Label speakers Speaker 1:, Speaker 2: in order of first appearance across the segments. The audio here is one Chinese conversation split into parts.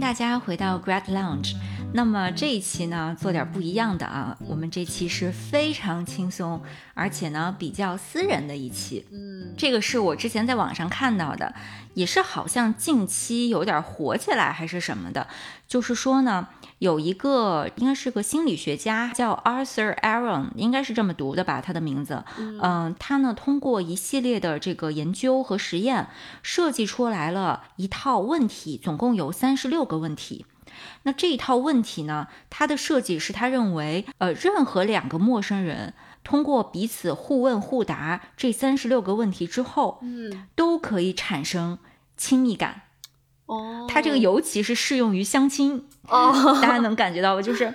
Speaker 1: 大家回到 Great Lounge。那么这一期呢，做点不一样的啊。我们这期是非常轻松，而且呢比较私人的一期。
Speaker 2: 嗯，
Speaker 1: 这个是我之前在网上看到的，也是好像近期有点火起来还是什么的。就是说呢，有一个应该是个心理学家叫 Arthur Aaron，应该是这么读的吧，他的名字。嗯、他呢通过一系列的这个研究和实验，设计出来了一套问题，总共有三十六个问题。那这一套问题呢，它的设计是他认为，呃，任何两个陌生人通过彼此互问互答这三十六个问题之后，
Speaker 2: 嗯，
Speaker 1: 都可以产生亲密感。
Speaker 2: 哦，
Speaker 1: 它这个尤其是适用于相亲，
Speaker 2: 哦，
Speaker 1: 大家能感觉到吧？就是。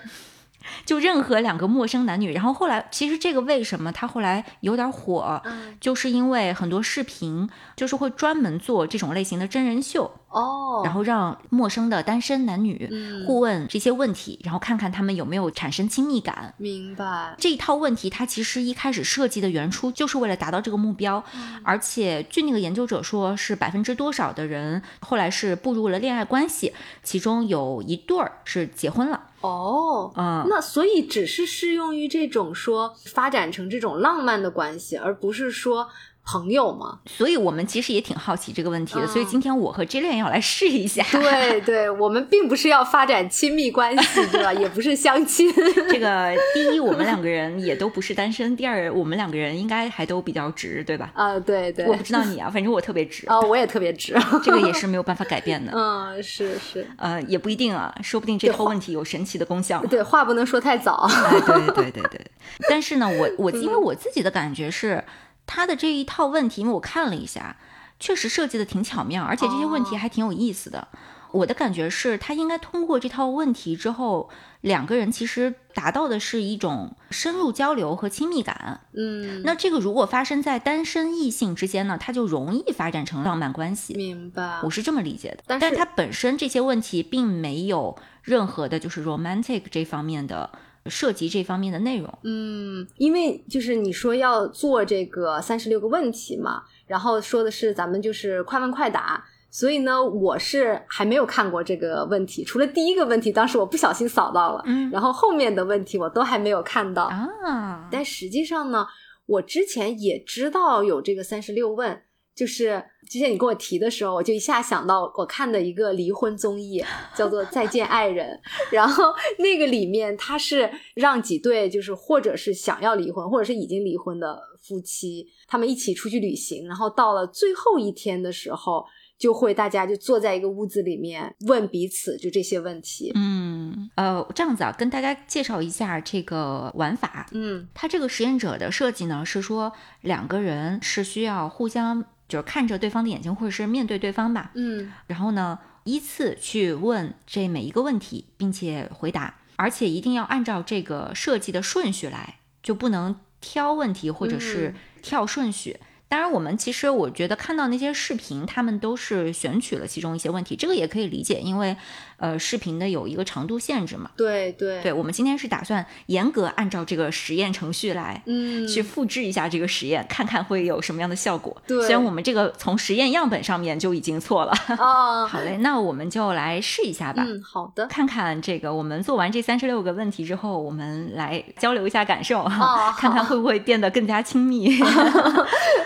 Speaker 1: 就任何两个陌生男女，然后后来其实这个为什么他后来有点火，
Speaker 2: 嗯，
Speaker 1: 就是因为很多视频就是会专门做这种类型的真人秀，
Speaker 2: 哦，
Speaker 1: 然后让陌生的单身男女
Speaker 2: 嗯
Speaker 1: 互问这些问题，然后看看他们有没有产生亲密感。
Speaker 2: 明白，
Speaker 1: 这一套问题，它其实一开始设计的原初就是为了达到这个目标，
Speaker 2: 嗯
Speaker 1: 而且据那个研究者说，是百分之多少的人后来是步入了恋爱关系，其中有一对儿是结婚了。
Speaker 2: 哦。
Speaker 1: 嗯，
Speaker 2: 那所以只是适用于这种说发展成这种浪漫的关系，而不是说朋 友嘛？
Speaker 1: 所以我们其实也挺好奇这个问题的，
Speaker 2: 嗯
Speaker 1: 所以今天我和 j i l 要来试一 下。
Speaker 2: 对对，我们并不是要发展亲密关系，对吧？也不是相亲。
Speaker 1: 这个第一，我们两个人也都不是单身；第二，我们两个人应该还都比较直，对吧？
Speaker 2: 啊，对对
Speaker 1: 我，不知道你啊，反正我特别 直，
Speaker 2: 啊，我也特别直。
Speaker 1: 这个也是没有办法改变的。
Speaker 2: 嗯，是是，
Speaker 1: 呃，也不一定啊，说不定这套问题有神奇的功效。
Speaker 2: 对，话不能说太早。
Speaker 1: 哎对对对对。 嗯但是呢，我我因为我自己的感觉是，他的这一套问题，因为我看了一下，确实设计的挺巧妙，而且这些问题
Speaker 2: 哦
Speaker 1: 还挺有意思的。我的感觉是，他应该通过这套问题之后，两个人其实达到的是一种深入交流和亲密感。
Speaker 2: 嗯，
Speaker 1: 那这个如果发生在单身异性之间呢，它就容易发展成浪漫关系。
Speaker 2: 明白
Speaker 1: 我。是这么理解的，
Speaker 2: 但
Speaker 1: 但
Speaker 2: 是
Speaker 1: 它本身这些问题并没有任何的，就是 romantic 这方面的涉及这方面的内容。
Speaker 2: 嗯，因为就是你说要做这个三十六个问题嘛，然后说的是咱们就是快问快答，所以呢，我是还没有看过这个问题，除了第一个问题，当时我不小心扫到了，
Speaker 1: 嗯
Speaker 2: 然后后面的问题我都还没有看到。
Speaker 1: 啊，
Speaker 2: 但实际上呢，我之前也知道有这个三十六问，就是之前你给我提的时候，我就一下想到我看的一个离婚综艺，叫做《再见爱人》， 然后那个里面它是让几对就是或者是想要离婚，或者是已经离婚的夫妻，他们一起出去旅行，然后到了最后一天的时候。就会大家就坐在一个屋子里面问彼此就这些问题，
Speaker 1: 嗯，呃，这样子啊，跟大家介绍一下这个玩法。
Speaker 2: 嗯
Speaker 1: 它这个实验者的设计呢，是说两个人是需要互相就是看着对方的眼睛，或者是面对对方吧，
Speaker 2: 嗯
Speaker 1: 然后呢依次去问这每一个问题，并且回答，而且一定要按照这个设计的顺序来，就不能挑问题或者是
Speaker 2: 嗯
Speaker 1: 跳顺序。当然，我们其实我觉得看到那些视频，他们都是选取了其中一些问题，这个也可以理解，因为呃视频的有一个长度限制嘛。
Speaker 2: 对对
Speaker 1: 对，我们今天是打算严格按照这个实验程序来。
Speaker 2: 嗯
Speaker 1: 去复制一下这个实验，看看会有什么样的效果。
Speaker 2: 对
Speaker 1: 虽然我们这个从实验样本上面就已经错了，
Speaker 2: 啊，
Speaker 1: 好嘞，那我们就来试一下吧，
Speaker 2: 嗯，好 的。
Speaker 1: 看看这个我们做完这三十六个问题之后，我们来交流一下感 受，
Speaker 2: 哦好
Speaker 1: 看看会不会变得更加亲 密。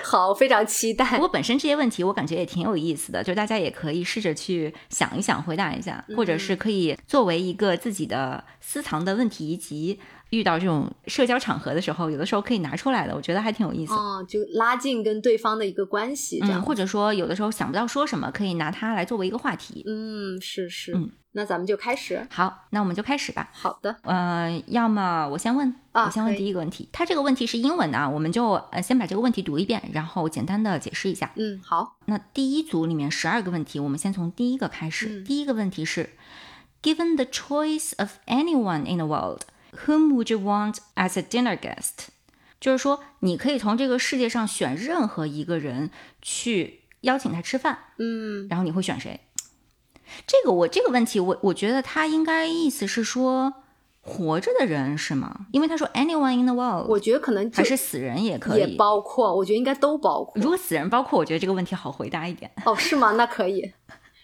Speaker 2: 好，非常期
Speaker 1: 不
Speaker 2: 待。
Speaker 1: 过本身这些问题我感觉也挺有意思的，就大家也可以试着去想一想，回答一
Speaker 2: 嗯
Speaker 1: 下，或者是可以作为一个自己的私藏的问题集。遇到这种社交场合的时候，有的时候可以拿出来的，我觉得还挺有意思。
Speaker 2: 嗯，就拉近跟对方的一个关系，这
Speaker 1: 嗯，
Speaker 2: 样。
Speaker 1: 或者说有的时候想不到说什么，可以拿它来作为一个话题。
Speaker 2: 嗯，是是。
Speaker 1: 嗯
Speaker 2: 那咱们就开始。
Speaker 1: 好，那我们就开始吧。
Speaker 2: 好的。
Speaker 1: 呃，要么我先问，
Speaker 2: 啊
Speaker 1: 我先问
Speaker 2: 可以
Speaker 1: 第一个问题。它这个问题是英文的啊，我们就呃先把这个问题读一遍，然后简单的解释一下。
Speaker 2: 嗯，好。
Speaker 1: 那第一组里面十二个问题，我们先从第一个开始。
Speaker 2: 嗯
Speaker 1: 第一个问题是，Given the choice of anyone in the world, whom would you want as a dinner guest？就是说，你可以从这个世界上选任何一个人去邀请他吃饭，
Speaker 2: 嗯
Speaker 1: 然后你会选谁？这个我这个问题，我我觉得他应该意思是说活着的人是吗？因为他说 anyone in the world，
Speaker 2: 我觉得可能就
Speaker 1: 还是死人也可
Speaker 2: 也
Speaker 1: 以。
Speaker 2: 包括，我觉得应该都包括
Speaker 1: 如。果死人包括，我觉得这个问题好回答一点。
Speaker 2: 哦，是吗？那可以。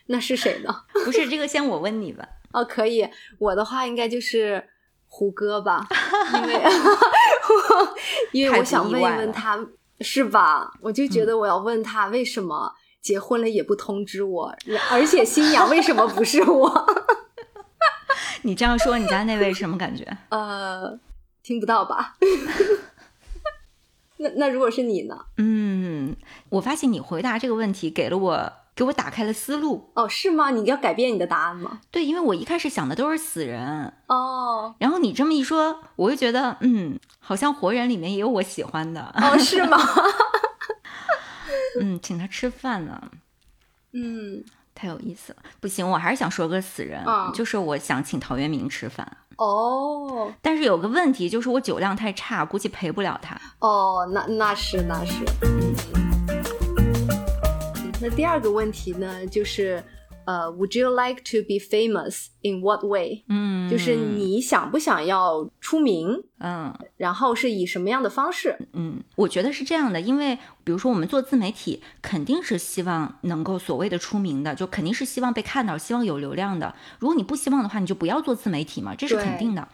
Speaker 2: 那是谁呢？
Speaker 1: 不是这个，先我问你吧。
Speaker 2: 哦，可以，我的话应该就是胡歌吧，因为因为我想问一问他，是吧？我就觉得我要问他为什么结婚了也不通知我，而且新娘为什么不是我？
Speaker 1: 你这样说，你家那位什么感觉？
Speaker 2: 呃，听不到吧？ 那那如果是你呢？
Speaker 1: 嗯，我发现你回答这个问题给了我。给我打开了思路
Speaker 2: 哦，是吗？你要改变你的答案吗？
Speaker 1: 对，因为我一开始想的都是死人
Speaker 2: 哦，
Speaker 1: 然后你这么一说，我就觉得嗯，好像活人里面也有我喜欢的
Speaker 2: 哦，是吗？
Speaker 1: 嗯，请他吃饭呢，
Speaker 2: 嗯，
Speaker 1: 太有意思了。不行，我还是想说个死人，
Speaker 2: 嗯
Speaker 1: 就是我想请陶渊明吃饭，
Speaker 2: 哦
Speaker 1: 但是有个问题就是我酒量太差，估计陪不了他。
Speaker 2: 哦，那那是那是。
Speaker 1: 嗯
Speaker 2: 那第二个问题呢，就是呃，Would you like to be famous in what way？、
Speaker 1: 嗯，
Speaker 2: 就是你想不想要出名？
Speaker 1: 嗯。
Speaker 2: 然后是以什么样的方式？
Speaker 1: 嗯，我觉得是这样的，因为比如说我们做自媒体，肯定是希望能够所谓的出名的，就肯定是希望被看到，希望有流量的。如果你不希望的话，你就不要做自媒体嘛，这是肯定的。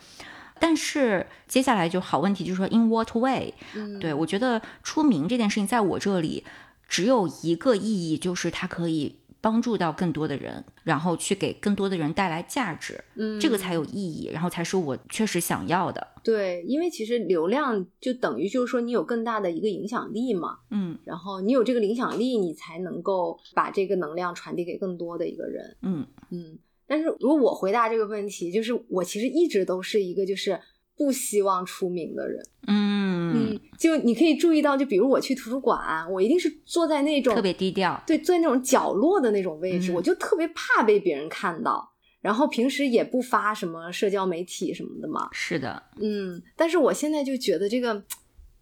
Speaker 1: 但是接下来就好问题，就是说 in what way？、
Speaker 2: 嗯，
Speaker 1: 对我觉得出名这件事情，在我这里只有一个意义，就是它可以帮助到更多的人，然后去给更多的人带来价值，
Speaker 2: 嗯，
Speaker 1: 这个才有意义，然后才是我确实想要的。
Speaker 2: 对，因为其实流量就等于就是说你有更大的一个影响力嘛，
Speaker 1: 嗯
Speaker 2: 然后你有这个影响力，你才能够把这个能量传递给更多的一个人。
Speaker 1: 嗯
Speaker 2: 嗯，但是如果我回答这个问题，就是我其实一直都是一个就是不希望出名的人。
Speaker 1: 嗯，，
Speaker 2: 就你可以注意到，就比如我去图书馆，我一定是坐在那种
Speaker 1: 特别低调。
Speaker 2: 对坐在那种角落的那种位置，
Speaker 1: 嗯
Speaker 2: 我就特别怕被别人看到。然后平时也不发什么社交媒体什么的嘛，
Speaker 1: 是的，
Speaker 2: 嗯，但是我现在就觉得这个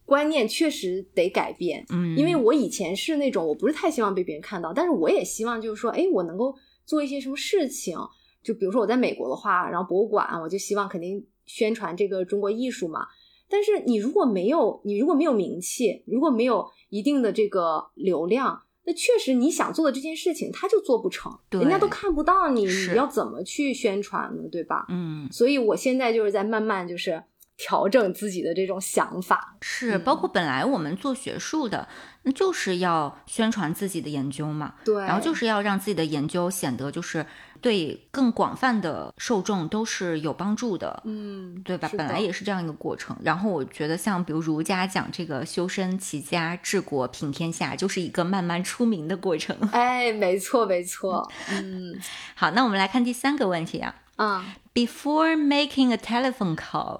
Speaker 2: 观念确实得改变，
Speaker 1: 嗯，
Speaker 2: 因为我以前是那种我不是太希望被别人看到，但是我也希望就是说，哎，我能够做一些什么事情，就比如说我在美国的话，然后博物馆，我就希望肯定宣传这个中国艺术嘛。但是你如果没有你如果没有名气，如果没有一定的这个流量，那确实你想做的这件事情，它就做不成，
Speaker 1: 对
Speaker 2: 人家都看不到你，
Speaker 1: 是
Speaker 2: 你要怎么去宣传呢？对吧？
Speaker 1: 嗯
Speaker 2: 所以我现在就是在慢慢就是调整自己的这种想法。
Speaker 1: 是，
Speaker 2: 嗯
Speaker 1: 包括本来我们做学术的，那就是要宣传自己的研究嘛，
Speaker 2: 对，
Speaker 1: 然后就是要让自己的研究显得就是对更广泛的受众都是有帮助的。
Speaker 2: 嗯，
Speaker 1: 对吧？
Speaker 2: 是的
Speaker 1: 本来也是这样一个过程。然后我觉得，像比如儒家讲这个修身齐家治国平天下，就是一个慢慢出名的过程。
Speaker 2: 哎，没错，没错，嗯
Speaker 1: 好，那我们来看第三个问题啊。
Speaker 2: 啊，
Speaker 1: Before making a telephone call,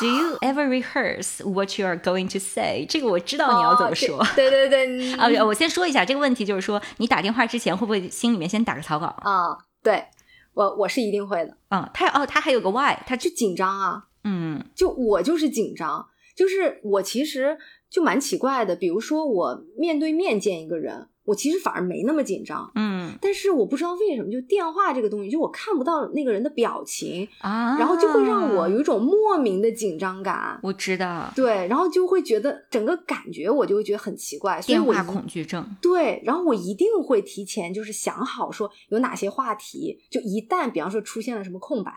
Speaker 1: do you ever rehearse what you are going to say？这个我知道你要怎么说。
Speaker 2: 哦对 对对
Speaker 1: 啊，
Speaker 2: 对，
Speaker 1: 我先说一下这个问题，就是说你打电话之前会不会心里面先打个草稿？
Speaker 2: 啊，对我我是一定会的，
Speaker 1: 嗯，他哦，他还有个 why，他
Speaker 2: 就紧张啊，
Speaker 1: 嗯
Speaker 2: 就我就是紧张，就是我其实就蛮奇怪的，比如说我面对面见一个人，我其实反而没那么紧张。
Speaker 1: 嗯
Speaker 2: 但是我不知道为什么，就电话这个东西，就我看不到那个人的表情，
Speaker 1: 啊，
Speaker 2: 然后就会让我有一种莫名的紧张感。
Speaker 1: 我知道
Speaker 2: 对，然后就会觉得整个感觉，我就会觉得很奇怪。所以
Speaker 1: 电
Speaker 2: 我
Speaker 1: 话
Speaker 2: 一
Speaker 1: 恐惧症，
Speaker 2: 对，然后我一定会提前就是想好说有哪些话题，就一旦比方说出现了什么空白，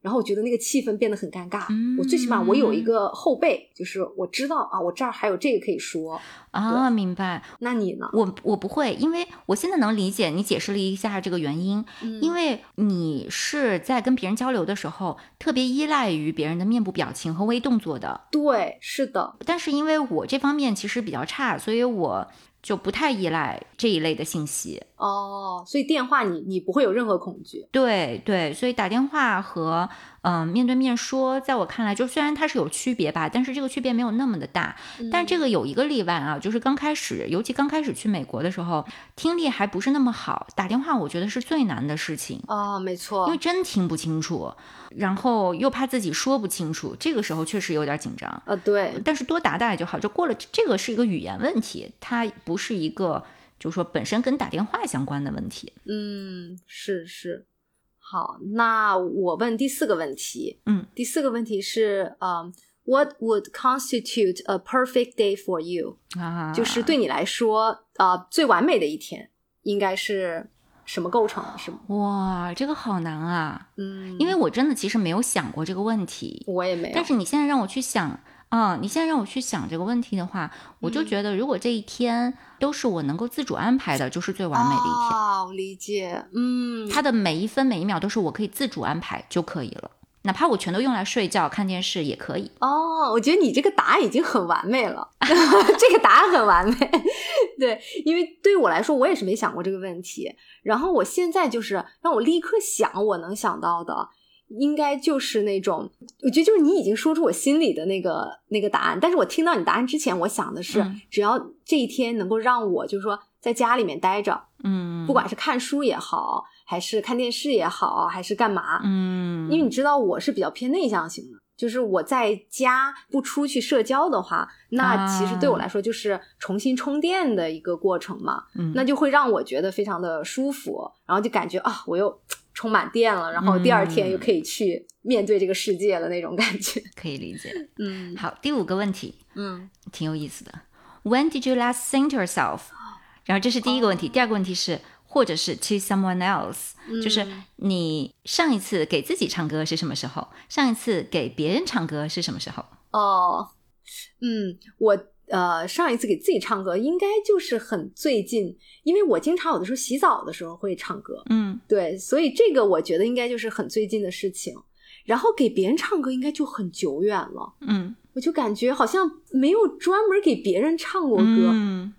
Speaker 2: 然后我觉得那个气氛变得很尴尬，
Speaker 1: 嗯
Speaker 2: 我最起码我有一个后备，就是我知道啊，我这儿还有这个可以说。
Speaker 1: 啊，明白。
Speaker 2: 那你呢？
Speaker 1: 我我不会，因为我现在能理解你解释了一下这个原因，
Speaker 2: 嗯
Speaker 1: 因为你是在跟别人交流的时候特别依赖于别人的面部表情和微动作的，
Speaker 2: 嗯对，是的，
Speaker 1: 但是因为我这方面其实比较差，所以我就不太依赖这一类的信息。
Speaker 2: 哦，所以电话你你不会有任何恐惧，
Speaker 1: 对对，所以打电话和嗯、呃面对面说，在我看来，就虽然它是有区别吧，但是这个区别没有那么的大。但这
Speaker 2: 个
Speaker 1: 个有一个例外啊，就是刚开始，尤其刚开始去美国的时候，听力还不是那么好，打电话我觉得是最难的事情。
Speaker 2: 哦，没错
Speaker 1: 因为，真听不清楚，然后又怕自己说不清楚，这个时候确实有点紧张。
Speaker 2: 啊，对，
Speaker 1: 但是多打打也就好，就过了。这个是一个语言问题，它不是一个就是说本身跟打电话相关的问题。
Speaker 2: 嗯，是是。好，那我问第四个问题。
Speaker 1: 嗯，
Speaker 2: 第四个问题是，嗯、w h a t would constitute a perfect day for you？、
Speaker 1: 啊，
Speaker 2: 呃就是对你来说，啊、最完美的一天应该是什么构成的，是吗？
Speaker 1: 哇，这个好难啊！
Speaker 2: 嗯，
Speaker 1: 因为我真的其实没有想过这个问题，
Speaker 2: 我也没有，
Speaker 1: 但是你现在让我去想。啊、你现在让我去想这个问题的话，我就
Speaker 2: 嗯
Speaker 1: 觉得如果这一天都是我能够自主安排的，就是最完美的一天。
Speaker 2: 哦，我理解，嗯，
Speaker 1: 它的每一分每一秒都是我可以自主安排就可以了，哪怕我全都用来睡觉、看电视也可以。
Speaker 2: 哦，我觉得你这个答案已经很完美了， 这个答案很完美。 对，因为对于我来说，我也是没想过这个问题。然后我现在就是让我立刻想，我能想到的应该就是那种，我觉得就是你已经说出我心里的那个那个答案。但是我听到你答案之前，我想的是，
Speaker 1: 嗯
Speaker 2: 只要这一天能够让我就是说在家里面待着，
Speaker 1: 嗯，
Speaker 2: 不管是看书也好，还是看电视也好，还是干嘛，
Speaker 1: 嗯，
Speaker 2: 因为你知道我是比较偏内向型的，就是我在家不出去社交的话，那其实对
Speaker 1: 啊
Speaker 2: 我来说就是重新充电的一个过程嘛，
Speaker 1: 嗯
Speaker 2: 那就会让我觉得非常的舒服，然后就感觉啊，我又充满电了，然后第二天
Speaker 1: 嗯
Speaker 2: 又可以去面对这个世界的那种感觉。
Speaker 1: 可以理解。
Speaker 2: 嗯
Speaker 1: 好，第五个问题
Speaker 2: 嗯，
Speaker 1: 挺有意思的。When did you last think to yourself？然后这是第一个问
Speaker 2: 哦
Speaker 1: 题，第二个问题是，或者是 to someone else，、就是
Speaker 2: 嗯
Speaker 1: 你上一次给自己唱歌是什么时候？上一次给别人唱歌是什么时候？
Speaker 2: 哦，嗯，我呃上一次给自己唱歌应该就是很最近，因为我经常有的时候洗澡的时候会唱歌。
Speaker 1: 嗯
Speaker 2: 对，所以这个我觉得应该就是很最近的事情。然后给别人唱歌应该就很久远了，
Speaker 1: 嗯，
Speaker 2: 我就感觉好像没有专门给别人唱过歌。
Speaker 1: 嗯，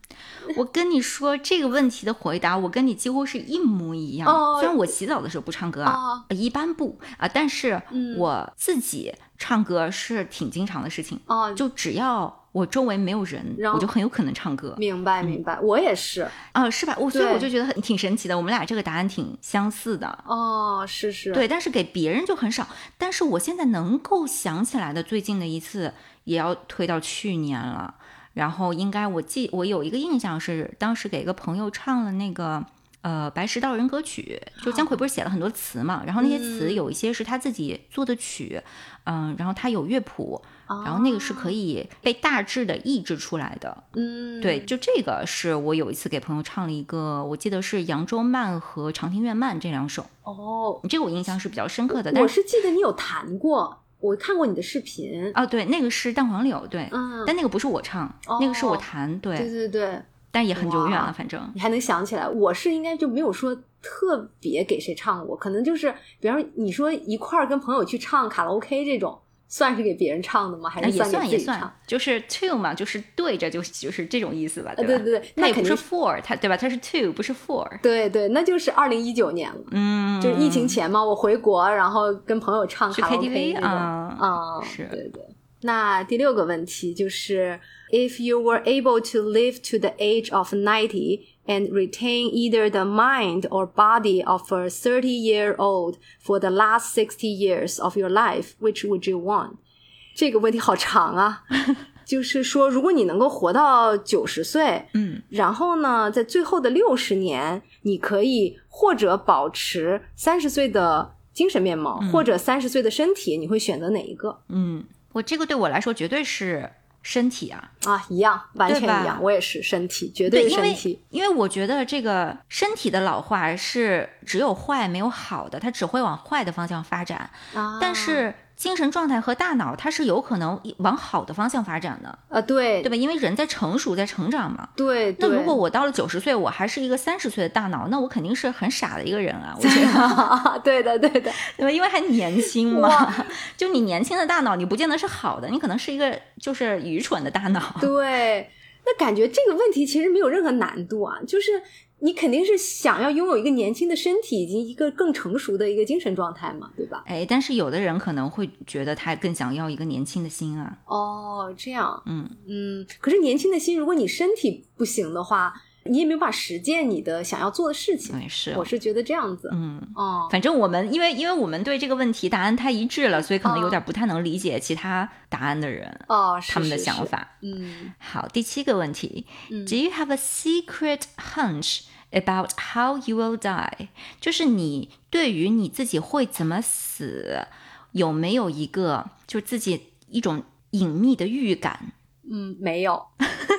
Speaker 1: 我跟你说这个问题的回答，我跟你几乎是一模一样。
Speaker 2: 哦
Speaker 1: 虽然我洗澡的时候不唱歌啊，
Speaker 2: 啊，
Speaker 1: 一般不啊，但是
Speaker 2: 嗯
Speaker 1: 我自己唱歌是挺经常的事情。
Speaker 2: 哦，
Speaker 1: 就只要我周围没有人
Speaker 2: 然，后
Speaker 1: 我就很嗯有可能唱歌
Speaker 2: 明白明白，我也是。
Speaker 1: 啊，是吧？我所以
Speaker 2: 对
Speaker 1: 我就觉得很挺神奇的，我们俩这个答案挺相似的。
Speaker 2: 哦，是是，，
Speaker 1: 对，但是给别人就很少。但是我现在能够想起来的最近的一次，也要推到去年了。然后应该我记，我有一个印象是，当时给一个朋友唱了那个呃白石道人歌曲，就姜夔不是写了很多词嘛，然后那些词
Speaker 2: 哦嗯
Speaker 1: 有一些是他自己做的曲，嗯、然后他有乐谱，
Speaker 2: 哦
Speaker 1: 然后那个是可
Speaker 2: 以，
Speaker 1: 以被大致的抑制出来的。
Speaker 2: 嗯，
Speaker 1: 对，就这个是我有一次给朋友唱了一个，我记得是《扬州慢》和《长亭院慢》这两首，
Speaker 2: 哦，
Speaker 1: 这个我印象是比较深刻的。但
Speaker 2: 我是记得你有弹过，我看过你的视频。
Speaker 1: 哦，对，那个是蛋黄柳，对，
Speaker 2: 嗯，
Speaker 1: 但那个不是我唱，那个是我
Speaker 2: 哦
Speaker 1: 弹，
Speaker 2: 对
Speaker 1: 对，
Speaker 2: 对对，
Speaker 1: 但也很久远
Speaker 2: 哇
Speaker 1: 了，反正
Speaker 2: 你还能想起来，我是应该就没有说特别给谁唱过，可能就是比方说你说一块儿跟朋友去唱卡拉 OK 这种，算是给别人唱的吗？还
Speaker 1: 哎
Speaker 2: 是
Speaker 1: 也
Speaker 2: 给
Speaker 1: 算
Speaker 2: 自
Speaker 1: 也
Speaker 2: 己唱？
Speaker 1: 算，就是 to 嘛，就是对着，就是就是这种意思吧，
Speaker 2: 啊，
Speaker 1: 吧？
Speaker 2: 对对对，
Speaker 1: 它
Speaker 2: 那
Speaker 1: 也
Speaker 2: 肯
Speaker 1: 不
Speaker 2: 定
Speaker 1: 是 for，它对吧？它是 to，不是 for。
Speaker 2: 对对，那就是二零一九年了，
Speaker 1: 嗯，
Speaker 2: 就是疫情前嘛，我回国，然后跟朋友唱
Speaker 1: 去
Speaker 2: 卡拉 OK
Speaker 1: KTV
Speaker 2: 那种
Speaker 1: 啊
Speaker 2: 啊，
Speaker 1: 是
Speaker 2: 对对。那第六个问题就是，If you were able to live to the age of ninety and retain either the mind or body of a thirty-year-old for the last sixty years of your life, which would you want？这个问题好长啊，就是说，如果你能够活到九十岁，
Speaker 1: 嗯
Speaker 2: 然后呢，在最后的六十年，你可以或者保持三十岁的精神面貌，
Speaker 1: 嗯
Speaker 2: 或者三十岁的身体，你会选择哪一个
Speaker 1: 嗯，我这个对我来说绝对是身体啊，
Speaker 2: 啊？一样，完全
Speaker 1: 对吧
Speaker 2: 一样。我也是身体，绝
Speaker 1: 对，
Speaker 2: 是
Speaker 1: 因
Speaker 2: 身
Speaker 1: 为
Speaker 2: 体。
Speaker 1: 因为我觉得这个身体的老化是只有坏没有好的，它只会往坏的方向发展。
Speaker 2: 啊
Speaker 1: 但是精神状态和大脑，它是有可能往好的方向发展的，
Speaker 2: 啊，对
Speaker 1: 对吧？因为人在成熟，在成长嘛。
Speaker 2: 对对，
Speaker 1: 那如 果我到了九十岁，我还是一个三十岁的大脑，那我肯定是很傻的一个人啊！我觉得，
Speaker 2: 对的对的，
Speaker 1: 对吧？因为还年轻嘛
Speaker 2: 哇，
Speaker 1: 就你年轻的大脑，你不见得是好的，你可能是一个就是愚蠢的大脑。
Speaker 2: 对，那感觉这个问题其实没有任何难度啊，就是你肯定是想要拥有一个年轻的身体，以及一个更成熟的一个精神状态嘛，对吧？
Speaker 1: 哎，但是有的人可能会觉得他更想要一个年轻的心啊，
Speaker 2: 哦，这样，
Speaker 1: 嗯。
Speaker 2: 嗯，可是年轻的心，如果你身体不行的话，你也没有办法实践你的想要做的事情。
Speaker 1: 对，是，
Speaker 2: 我是觉得这样子，
Speaker 1: 嗯，
Speaker 2: 哦，
Speaker 1: 反正我们因为因为我们对这个问题答案太一致了，所以可能有
Speaker 2: 哦
Speaker 1: 点不太能理解其他答案的人、
Speaker 2: 哦，是
Speaker 1: 他们的
Speaker 2: 是
Speaker 1: 想
Speaker 2: 是
Speaker 1: 法。
Speaker 2: 嗯
Speaker 1: 好，第七个问题、
Speaker 2: 嗯
Speaker 1: d o you have a secret hunch about how you will die？就是你对于你自己会怎么死，有没有一个就是自己一种隐秘的预感？
Speaker 2: 嗯，没有，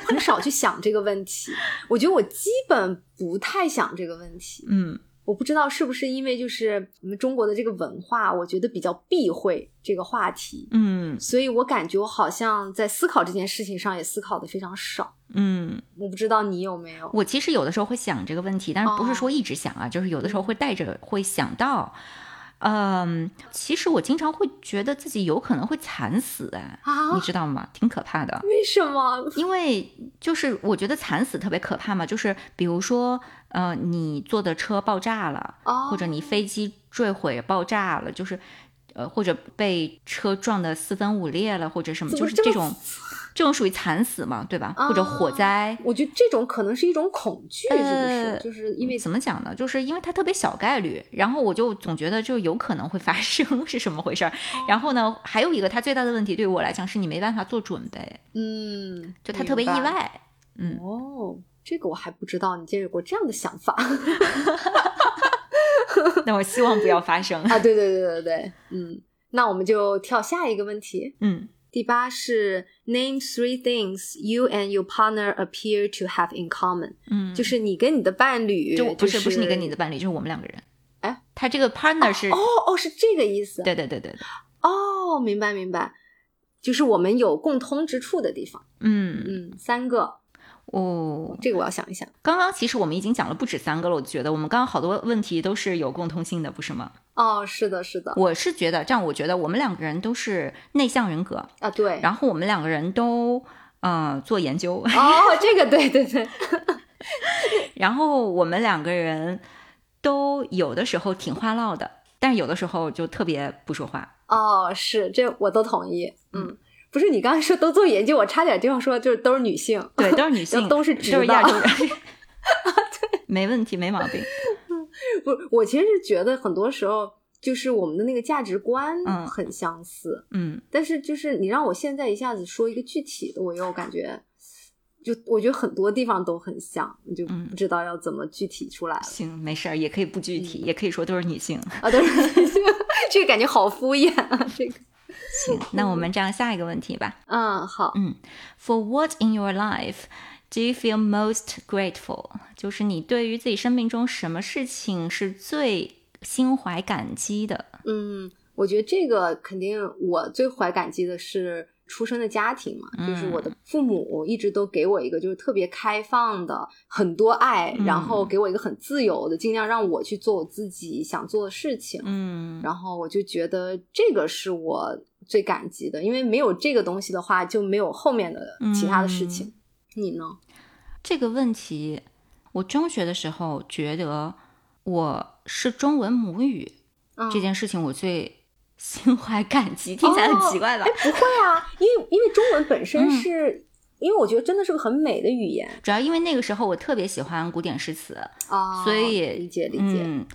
Speaker 2: 很少去想这个问题。我觉得我基本不太想这个问题，
Speaker 1: 嗯
Speaker 2: 我不知道是不是因为就是我们中国的这个文化，我觉得比较避讳这个话题，
Speaker 1: 嗯
Speaker 2: 所以我感觉我好像在思考这件事情上也思考的非常少。
Speaker 1: 嗯，
Speaker 2: 我不知道你有没有？
Speaker 1: 我其实有的时候会想这个问题，但是不是
Speaker 2: 哦嗯
Speaker 1: 说一直想啊，就是有的时候会带着会想到，嗯，其实我经常会觉得自己有可能会惨死，哎，
Speaker 2: 啊
Speaker 1: 你？知道吗？挺可怕的。
Speaker 2: 为什么？
Speaker 1: 因为就是我觉得惨死特别可怕嘛，就是比如说，呃，你坐的车爆炸了，
Speaker 2: 哦，
Speaker 1: 或者你飞机坠毁爆炸了，就是，呃，或者被车撞得四分五裂了，或者什么，
Speaker 2: 怎
Speaker 1: 就
Speaker 2: 么
Speaker 1: 是
Speaker 2: 这
Speaker 1: 这
Speaker 2: 么
Speaker 1: 种，这种属于惨死嘛，对吧？或者火
Speaker 2: 啊
Speaker 1: 灾，
Speaker 2: 我觉得这种可能是一种恐惧，是不是？
Speaker 1: 呃
Speaker 2: 就是因为
Speaker 1: 怎么讲呢？就是因为它特别小概率，然后我就总觉得就有可能会发生 是什么回事儿。
Speaker 2: 哦
Speaker 1: 然后呢，还有一个它最大的问题对于我来讲是你没办法做准备，
Speaker 2: 嗯，
Speaker 1: 就它特别意
Speaker 2: 明白
Speaker 1: 外。嗯
Speaker 2: 哦。这个我还不知道，你竟然有过这样的想法
Speaker 1: 那我希望不要发生。
Speaker 2: 啊！对对对对对，嗯，那我们就跳下一个问题。
Speaker 1: 嗯
Speaker 2: 第八是 name three things you and your partner appear to have in common，、
Speaker 1: 嗯，
Speaker 2: 就是你跟你的伴侣，
Speaker 1: 就不
Speaker 2: 是
Speaker 1: 不是你跟你的伴侣，就是我们两个人。
Speaker 2: 哎，
Speaker 1: 他这个 partner 是，
Speaker 2: 哦哦是这个意思，
Speaker 1: 对对对对，对
Speaker 2: 哦明白明白，就是我们有共通之处的地方，
Speaker 1: 嗯，
Speaker 2: 嗯，三个，
Speaker 1: 哦，
Speaker 2: 这个我要想一想，
Speaker 1: 刚刚其实我们已经讲了不止三个了，我觉得我们刚刚好多问题都是有共通性的，不是吗？
Speaker 2: 哦是的是的，
Speaker 1: 我是觉得这样，我觉得我们两个人都是内向人格，
Speaker 2: 啊对，
Speaker 1: 然后我们两个人都呃做研究，
Speaker 2: 哦这个对对对，
Speaker 1: 然后我们两个人都有的时候挺话唠的，但是有的时候就特别不说话。
Speaker 2: 哦是这我都同意，嗯，不是你刚才说都做研究，我差点就要说就是都是女性，
Speaker 1: 对，都是 女性，
Speaker 2: 都是直
Speaker 1: 都是亚
Speaker 2: 的
Speaker 1: 洲人。 没问题，没毛病。
Speaker 2: 不，我其实是觉得很多时候就是我们的那个价值观
Speaker 1: 嗯
Speaker 2: 很相似，
Speaker 1: 嗯
Speaker 2: 但是就是你让我现在一下子说一个具体的，我又感觉就我觉得很多地方都很像，我就
Speaker 1: 嗯
Speaker 2: 不知道要怎么具体出来了、
Speaker 1: 行，没事儿，也可以不具体，
Speaker 2: 嗯
Speaker 1: 也可以说都是女 性。
Speaker 2: 啊。但是这个感觉好敷衍啊，这个
Speaker 1: 行，那我们这样下一个问题吧。
Speaker 2: 嗯好，
Speaker 1: For what in your life do you feel most grateful？就是你对于自己生命中什么事情是最心怀感激的？
Speaker 2: 嗯，我觉得这个肯定我最怀感激的是出生的家庭嘛，就是我的
Speaker 1: 嗯
Speaker 2: 父母一直都给我一个就是特别开放的很多爱，然
Speaker 1: 嗯
Speaker 2: 后给我一个很自由的，尽量让我去做我自己想做的事情。
Speaker 1: 嗯
Speaker 2: 然后我就觉得这个是我最感激的，因为没有这个东西的话，就没有后面的其他的
Speaker 1: 嗯
Speaker 2: 事情。你呢？
Speaker 1: 这个问题，我中学的时候觉得我是中文母语、
Speaker 2: 嗯
Speaker 1: 这件事情，我最心怀感激，听起来很奇怪吧？
Speaker 2: 哎，不会啊，因为因为中文本身
Speaker 1: 嗯
Speaker 2: 是、因为我觉得真的是个很美的语言
Speaker 1: 主要因为那个时候我特别喜欢古典诗词，
Speaker 2: 啊，
Speaker 1: 所以
Speaker 2: 理解理解。
Speaker 1: 嗯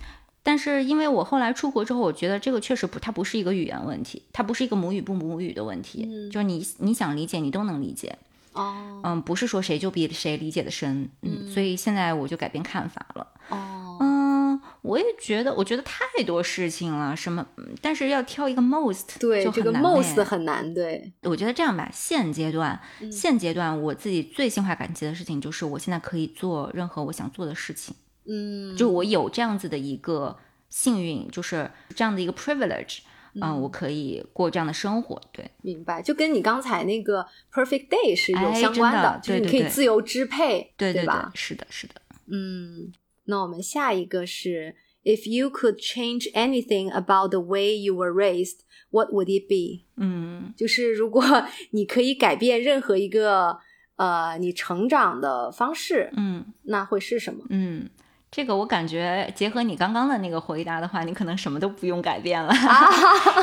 Speaker 1: 但是因为我后来出国之后，我觉得这个确实不，它不是一个语言问题，它不是一个母语不母语的问题，
Speaker 2: 嗯
Speaker 1: 就是你你想理解，你都能理解，
Speaker 2: 哦
Speaker 1: 嗯，不是说谁就比谁理解的深，嗯，
Speaker 2: 嗯
Speaker 1: 所以现在我就改变看法了。
Speaker 2: 哦，
Speaker 1: 嗯，我也觉得，我觉得太多事情了，什么，嗯但是要挑一个 most，
Speaker 2: 对，
Speaker 1: 就
Speaker 2: 这
Speaker 1: 很
Speaker 2: 个
Speaker 1: 难嘞
Speaker 2: most 很难，对，
Speaker 1: 我觉得这样吧，现阶段，
Speaker 2: 嗯
Speaker 1: 现阶段我自己最心怀感激的事情就是，我现在可以做任何我想做的事情，
Speaker 2: 嗯，
Speaker 1: 就我有这样子的一个幸运，就是这样的一个 privilege，嗯、我可以过这样的生活，对，
Speaker 2: 明白，就跟你刚才那个 perfect day 是有
Speaker 1: 哎
Speaker 2: 相关
Speaker 1: 真的
Speaker 2: 就是
Speaker 1: 对
Speaker 2: 你
Speaker 1: 对
Speaker 2: 可以
Speaker 1: 对
Speaker 2: 自由支配，
Speaker 1: 对对
Speaker 2: 吧？
Speaker 1: 是的，是的，
Speaker 2: 嗯，那我们下一个是 If you could change anything about the way you were raised, what would it be？
Speaker 1: 嗯
Speaker 2: 就是如果 你可以改变任何一个呃你成长的方式，
Speaker 1: 嗯
Speaker 2: 那会是什么？
Speaker 1: 嗯，这个我感觉结合你刚刚的那个回答的话，你可能什么都不用改变了。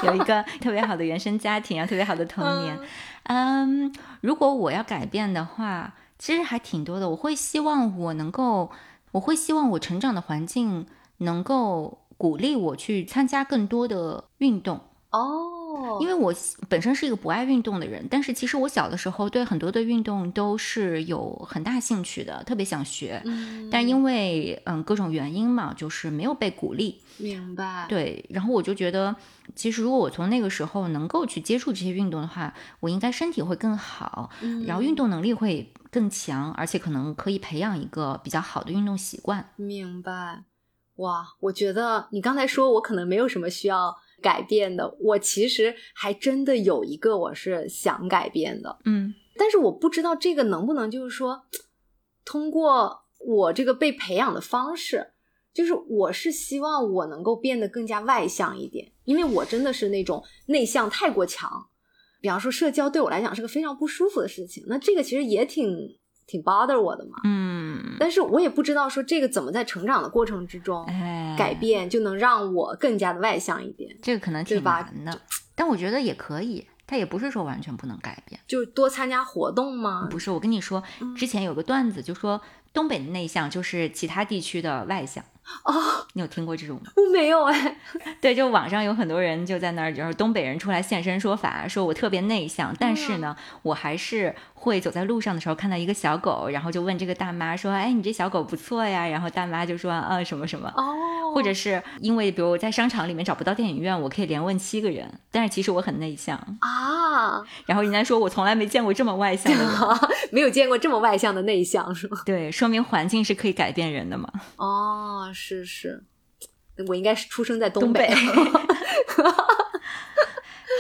Speaker 1: 有一个特别好的原生家庭啊，特别好的童年。嗯，如果我要改变的话，其实还挺多的。我会希望我能够，我会希望我成长的环境能够鼓励我去参加更多的运动，
Speaker 2: 哦，
Speaker 1: 因
Speaker 2: 为
Speaker 1: 为我本身是一个不爱运动的人，但是其实我小的时候对很多的运动都是有很大兴趣的，特别想学。
Speaker 2: 嗯
Speaker 1: 但因为嗯各种原因嘛，就是没有被鼓励，
Speaker 2: 明白，
Speaker 1: 对，然后我就觉得，其实如果我从那个时候能够去接触这些运动的话，我应该身体会更好，
Speaker 2: 嗯，
Speaker 1: 然后运动能力会更强，而且可能可以培养一个比较好的运动习惯。
Speaker 2: 明白，哇，我觉得你刚才说我可能没有什么需要改变的，我其实还真的有一个我是想改变的，
Speaker 1: 嗯
Speaker 2: 但是我不知道这个能不能就是说，通过我这个被培养的方式，就是我是希望我能够变得更加外向一点，因为我真的是那种内向太过强。比方说，社交对我来讲是个非常不舒服的事情，那这个其实也挺挺 bother 我的嘛。
Speaker 1: 嗯，
Speaker 2: 但是我也不知道说这个怎么在成长的过程之中
Speaker 1: 哎，
Speaker 2: 改变，就能让我更加的外向一点，
Speaker 1: 这个可能
Speaker 2: 对
Speaker 1: 挺
Speaker 2: 吧
Speaker 1: 难的，但我觉得也可以，它也不是说完全不能改变。
Speaker 2: 就是多参加活动嘛。
Speaker 1: 不是，我跟你说，
Speaker 2: 嗯
Speaker 1: 之前有个段子就说东北的内向就是其他地区的外向，
Speaker 2: 哦，
Speaker 1: 你有听过这种吗？
Speaker 2: 我 没有哎，
Speaker 1: 对，就网上有很多人就在那儿，就是东北人出来现身说法，说我特别内向，但是
Speaker 2: 嗯
Speaker 1: 呢，我还是会走在路上的时候看到一个小狗，然后就问这个大妈说，哎，你这小狗不错呀，然后大妈就说，啊，什么什么。
Speaker 2: 哦，
Speaker 1: 或者是因为，比如我在商场里面找不到电影院，我可以连问七个人，但是其实我很内向。
Speaker 2: 啊，
Speaker 1: 然后人家说我从来没见过这么外向 的人，
Speaker 2: 没有见过这么外向的内向是吗？
Speaker 1: 对，说明环境是可以改变人的嘛。
Speaker 2: 哦，是是，我应该是出生在
Speaker 1: 东
Speaker 2: 北。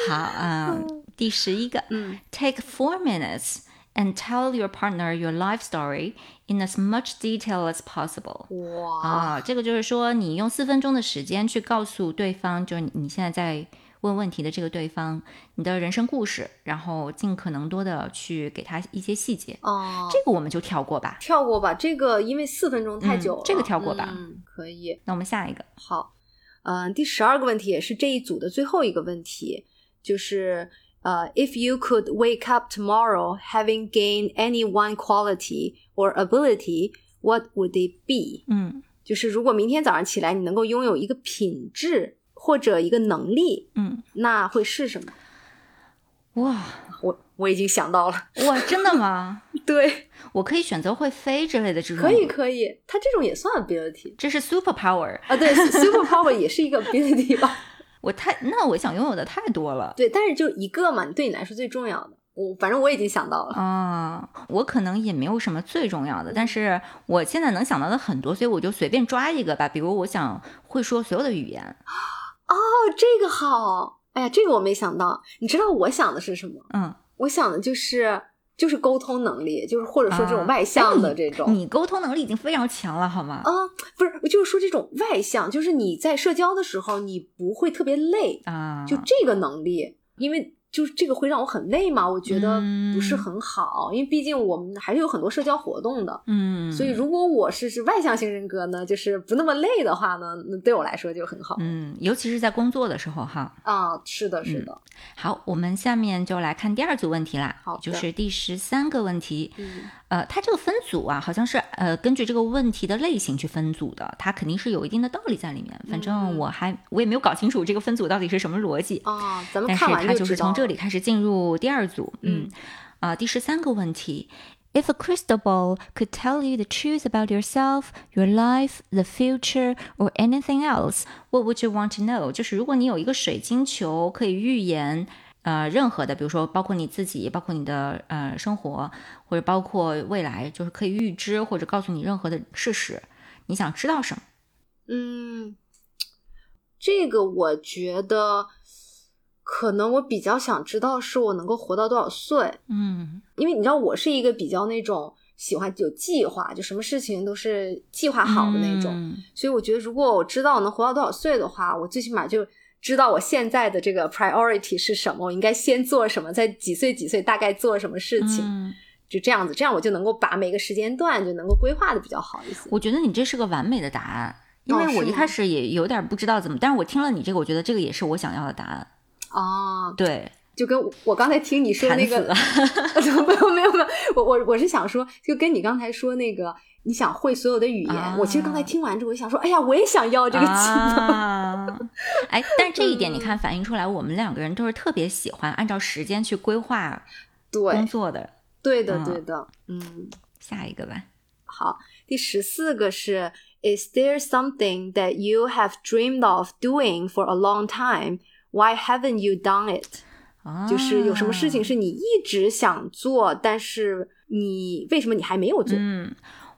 Speaker 1: 好啊、第十一个
Speaker 2: 嗯
Speaker 1: ，Take four minutes and tell your partner your life story in as much detail as possible。
Speaker 2: 哇，
Speaker 1: 啊、这个就是说，你用四分钟的时间去告诉对方，就是你你现在在问问题的这个对方，你的人生故事，然后尽可能多的去给他一些细节。
Speaker 2: 哦，
Speaker 1: 这个我们就跳过吧。
Speaker 2: 跳过吧，这个因为四分钟太
Speaker 1: 嗯
Speaker 2: 久了，
Speaker 1: 这个跳过吧
Speaker 2: 嗯，可以。
Speaker 1: 那我们下一个，
Speaker 2: 好，嗯、第十二个问题也是这一组的最后一个问题，就是呃、i f you could wake up tomorrow having gained any one quality or ability, what would it be？
Speaker 1: 嗯
Speaker 2: 就是如果明天早上起来你能够拥有一个品质或者一个能力，
Speaker 1: 嗯，
Speaker 2: 那会是什么？
Speaker 1: 哇
Speaker 2: 我我已经想到了，
Speaker 1: 哇，真的吗？
Speaker 2: 对，
Speaker 1: 我可以选择会飞之类的这种，
Speaker 2: 可以，可以，它这种也算 ability
Speaker 1: 这是 super power。
Speaker 2: 啊，对，super power 也是一个 ability 吧。
Speaker 1: 我太那我想拥有的太多了
Speaker 2: 对，但是就一个嘛，对你来说最重要的，我反正我已经想到了。
Speaker 1: 啊、我可能也没有什么最重要的，但是我现在能想到的很多，所以我就随便抓一个吧。比如我想会说所有的语言，
Speaker 2: 哦，这个好，哎呀，这个我没想到。你知道我想的是什么？
Speaker 1: 嗯，
Speaker 2: 我想的就是就是沟通能力，就是或者说这种
Speaker 1: 啊
Speaker 2: 外向的
Speaker 1: 哎
Speaker 2: 这种。
Speaker 1: 你沟通能力已经非常强了，好吗？
Speaker 2: 啊、不是，我就是说这种外向，就是你在社交的时候，你不会特别累，
Speaker 1: 啊，
Speaker 2: 就这个能力，因为就是这个会让我很累嘛，我觉得不是
Speaker 1: 嗯
Speaker 2: 很好，因为毕竟我们还是有很多社交活动的，
Speaker 1: 嗯，
Speaker 2: 所以如果我是是外向型人格呢，就是不那么累的话呢，那对我来说就很好。
Speaker 1: 嗯，尤其是在工作的时候哈。
Speaker 2: 啊，是的，是的，
Speaker 1: 好，我们下面就来看第二组问题啦，
Speaker 2: 好的
Speaker 1: 就是第十三个问题。
Speaker 2: 嗯
Speaker 1: 呃，它这个分组啊，好像是呃根据这个问题的类型去分组的，它肯定是有一定的道理在里面。反正
Speaker 2: 嗯
Speaker 1: 我还我也没有搞清楚这个分组到底是什么逻辑，
Speaker 2: 啊，咱们
Speaker 1: 但是
Speaker 2: 看完
Speaker 1: 它就
Speaker 2: 知
Speaker 1: 是
Speaker 2: 道
Speaker 1: 从
Speaker 2: 了
Speaker 1: 这里开始进入第二组。嗯，啊、第十三个问题。If a crystal ball could tell you the truth about yourself, your life, the future, or anything else, what would you want to know？就是如果你有一个水晶球可以预言，呃，任何的，比如说包括你自己，包括你的呃生活，或者包括未来，就是可以预知或者告诉你任何的事实，你想知道什么？
Speaker 2: 嗯，这个我觉得，可能我比较想知道是我能够活到多少岁，
Speaker 1: 嗯
Speaker 2: 因为你知道我是一个比较那种喜欢有计划，就什么事情都是计划好的那种，
Speaker 1: 嗯
Speaker 2: 所以我觉得如果我知道我能活到多少岁的话，我最起码就。知道我现在的这个 priority 是什么，我应该先做什么，在几岁几岁大概做什么事情，
Speaker 1: 嗯
Speaker 2: 就这样子，这样我就能够把每个时间段就能够规划的比较好一些。
Speaker 1: 我觉得你这是个完美的答案，因
Speaker 2: 哦
Speaker 1: 为我
Speaker 2: 是
Speaker 1: 一
Speaker 2: 吗
Speaker 1: 开始也有点不知道怎么，但是我听了你这个，我觉得这个也是我想要的答案。
Speaker 2: 啊，
Speaker 1: 对，
Speaker 2: 就跟我我刚才听你说
Speaker 1: 惨
Speaker 2: 那
Speaker 1: 死
Speaker 2: 个
Speaker 1: 了，，
Speaker 2: 没 有没有没有，我我我是想说，就跟你刚才说那个，你想会所有的语言，
Speaker 1: 啊
Speaker 2: 我其实刚才听完之后，我就想说，哎 呀，我也想要这个技嗯能。
Speaker 1: 啊，哎，但是这一 点你看反映出来，我们两个人都是特别喜欢按照时间去规划工
Speaker 2: 对，
Speaker 1: 作的。
Speaker 2: 对的，
Speaker 1: 嗯
Speaker 2: 对的，嗯，
Speaker 1: 下一个吧，
Speaker 2: 好，第十四个是，Is there something that you have dreamed of doing for a long time? Why haven't you done it？
Speaker 1: 啊，
Speaker 2: 就是有什么事情是你一直想做，但是你为什么你还没有做？
Speaker 1: 嗯，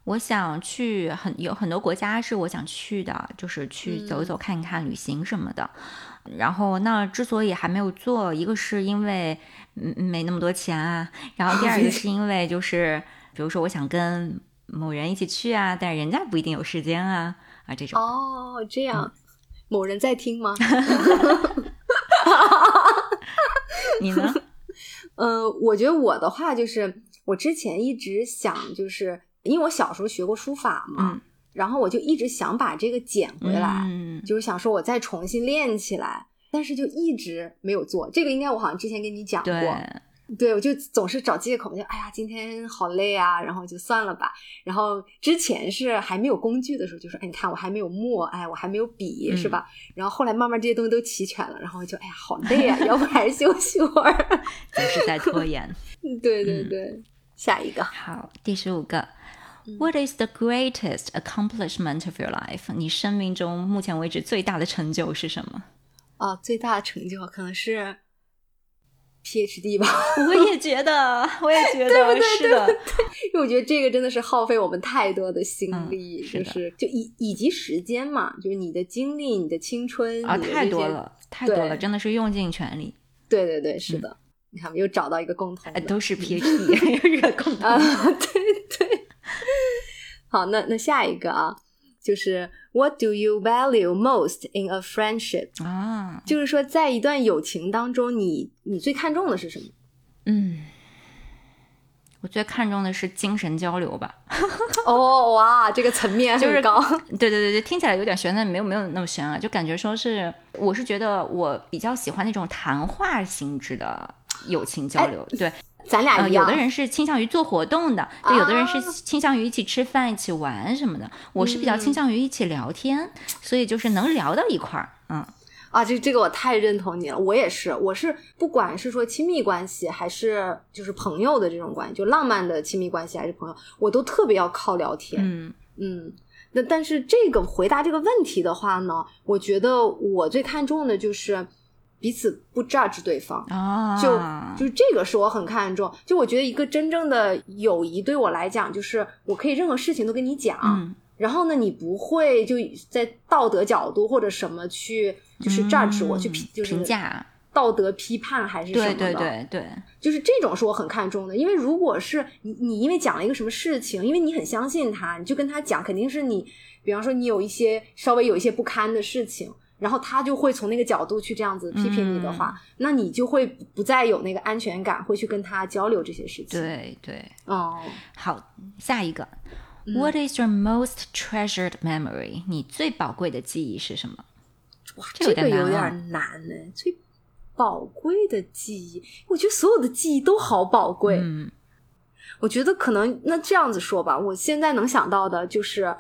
Speaker 1: 我想去很有很多国家是我想去的，就是去
Speaker 2: 嗯
Speaker 1: 走一走、看一看、旅行什么的。然后，那之所以还没有做，一个是因为嗯没那么多钱啊，然后第二个是因为就是，比如说我想跟某人一起去啊，但人家不一定有时间啊啊这种。
Speaker 2: 哦，这
Speaker 1: 嗯
Speaker 2: 样，某人在听吗？
Speaker 1: 你呢？
Speaker 2: 嗯，我觉得我的话就是，我之前一直想，就是因为我小时候学过书法嘛，
Speaker 1: 嗯
Speaker 2: 然后我就一直想把这个捡 回来，
Speaker 1: 嗯
Speaker 2: 就是想说我再重新练起来，但是就一直没有做。这个应该我好像之前跟你讲过，
Speaker 1: 对，
Speaker 2: 对，我就总是找借口，就哎呀，今天好累啊，然后就算了吧。然后之前是还没有工具的时候，就说，哎，你看我还没有墨，哎，我还没有笔，
Speaker 1: 嗯
Speaker 2: 是吧？然后后来慢慢这些东西都齐全了，然后我就哎呀，好累啊，要不还是休息会儿。
Speaker 1: 总是在拖延。
Speaker 2: 对对
Speaker 1: 嗯
Speaker 2: 对，下一个，
Speaker 1: 好，第十五个。What
Speaker 2: 嗯
Speaker 1: is the greatest accomplishment of your life？你生命中目前为止最大的成就是什 么？
Speaker 2: 啊，最大的成就可能是 PhD 吧，
Speaker 1: 我也觉得，我也觉得是的，
Speaker 2: 因为我觉得这个真的是耗费我们太多的心
Speaker 1: 嗯
Speaker 2: 力，
Speaker 1: 是
Speaker 2: 就
Speaker 1: 的
Speaker 2: 是就以以及时间嘛，就是你的精力、你的青春
Speaker 1: 啊，
Speaker 2: 你的
Speaker 1: 太
Speaker 2: 这
Speaker 1: 多
Speaker 2: 些
Speaker 1: 了，太多了，
Speaker 2: 对
Speaker 1: 真的是用尽全力，
Speaker 2: 对对对，是的，你看，我们又找到一个共同
Speaker 1: 哎，
Speaker 2: 的
Speaker 1: 都是 PhD 热共
Speaker 2: 嗯啊，
Speaker 1: 同。
Speaker 2: 对对。好，那那下一个啊，就是 What do you value most in a friendship？
Speaker 1: 啊，
Speaker 2: 就是说，在一段友情当中，你你最看重的是什么？
Speaker 1: 嗯，我最看重的是精神交流吧，
Speaker 2: 哦哇，这个层面
Speaker 1: 就
Speaker 2: 很
Speaker 1: 是
Speaker 2: 高。
Speaker 1: 对对对对，听起来有点悬，但没有没有那么悬啊，就感觉说是，我是觉得我比较喜欢那种谈话性质的友情交
Speaker 2: 哎
Speaker 1: 流，对，
Speaker 2: 咱
Speaker 1: 呃，
Speaker 2: 俩一
Speaker 1: 有
Speaker 2: 样，
Speaker 1: 的人是倾向于做活动的，对，有的人
Speaker 2: 啊
Speaker 1: 是倾向于一起吃饭、一起玩什么的。我是比较
Speaker 2: 嗯
Speaker 1: 倾向于一起聊天，所以就是能聊到一块儿。嗯，
Speaker 2: 啊，这这个我太认同你了，我也是，我是不管是说亲密关系，还是就是朋友的这种关系，就浪漫的亲密关系还是朋友，我都特别要靠聊天。
Speaker 1: 嗯
Speaker 2: 嗯，那但是这个回答这个问题的话呢，我觉得我最看重的就是彼此不 judge 对方，
Speaker 1: 啊，
Speaker 2: 就就是这个是我很看重。就我觉得一个真正的友谊对我来讲，就是我可以任何事情都跟你讲，
Speaker 1: 嗯
Speaker 2: 然后呢，你不会就在道德角度或者什么去就是
Speaker 1: 嗯
Speaker 2: judge 我、去评就是
Speaker 1: 评价，
Speaker 2: 道德批判还是什么
Speaker 1: 对
Speaker 2: 的，
Speaker 1: 对对对，
Speaker 2: 就是这种是我很看重的，因为如果是你，你因为讲了一个什么事情，因为你很相信他，你就跟他讲，肯定是你，比方说你有一些稍微有一些不堪的事情，然后他就会从那个角度去这样子批评你的
Speaker 1: 嗯
Speaker 2: 话，那你就会不再有那个安全感，会去跟他交流这些事情。，
Speaker 1: 对对。
Speaker 2: 哦，
Speaker 1: 好，下一个。What
Speaker 2: 嗯
Speaker 1: is your most treasured memory？你最宝贵的记忆是什么？
Speaker 2: 哇，
Speaker 1: 这
Speaker 2: 这
Speaker 1: 有
Speaker 2: 个
Speaker 1: 点难
Speaker 2: 有
Speaker 1: 啊
Speaker 2: 点难呢、最宝贵的记忆，我觉得所有的记忆都好宝贵。
Speaker 1: 嗯
Speaker 2: 我觉得可能那这样子说吧，我现在能想到的就是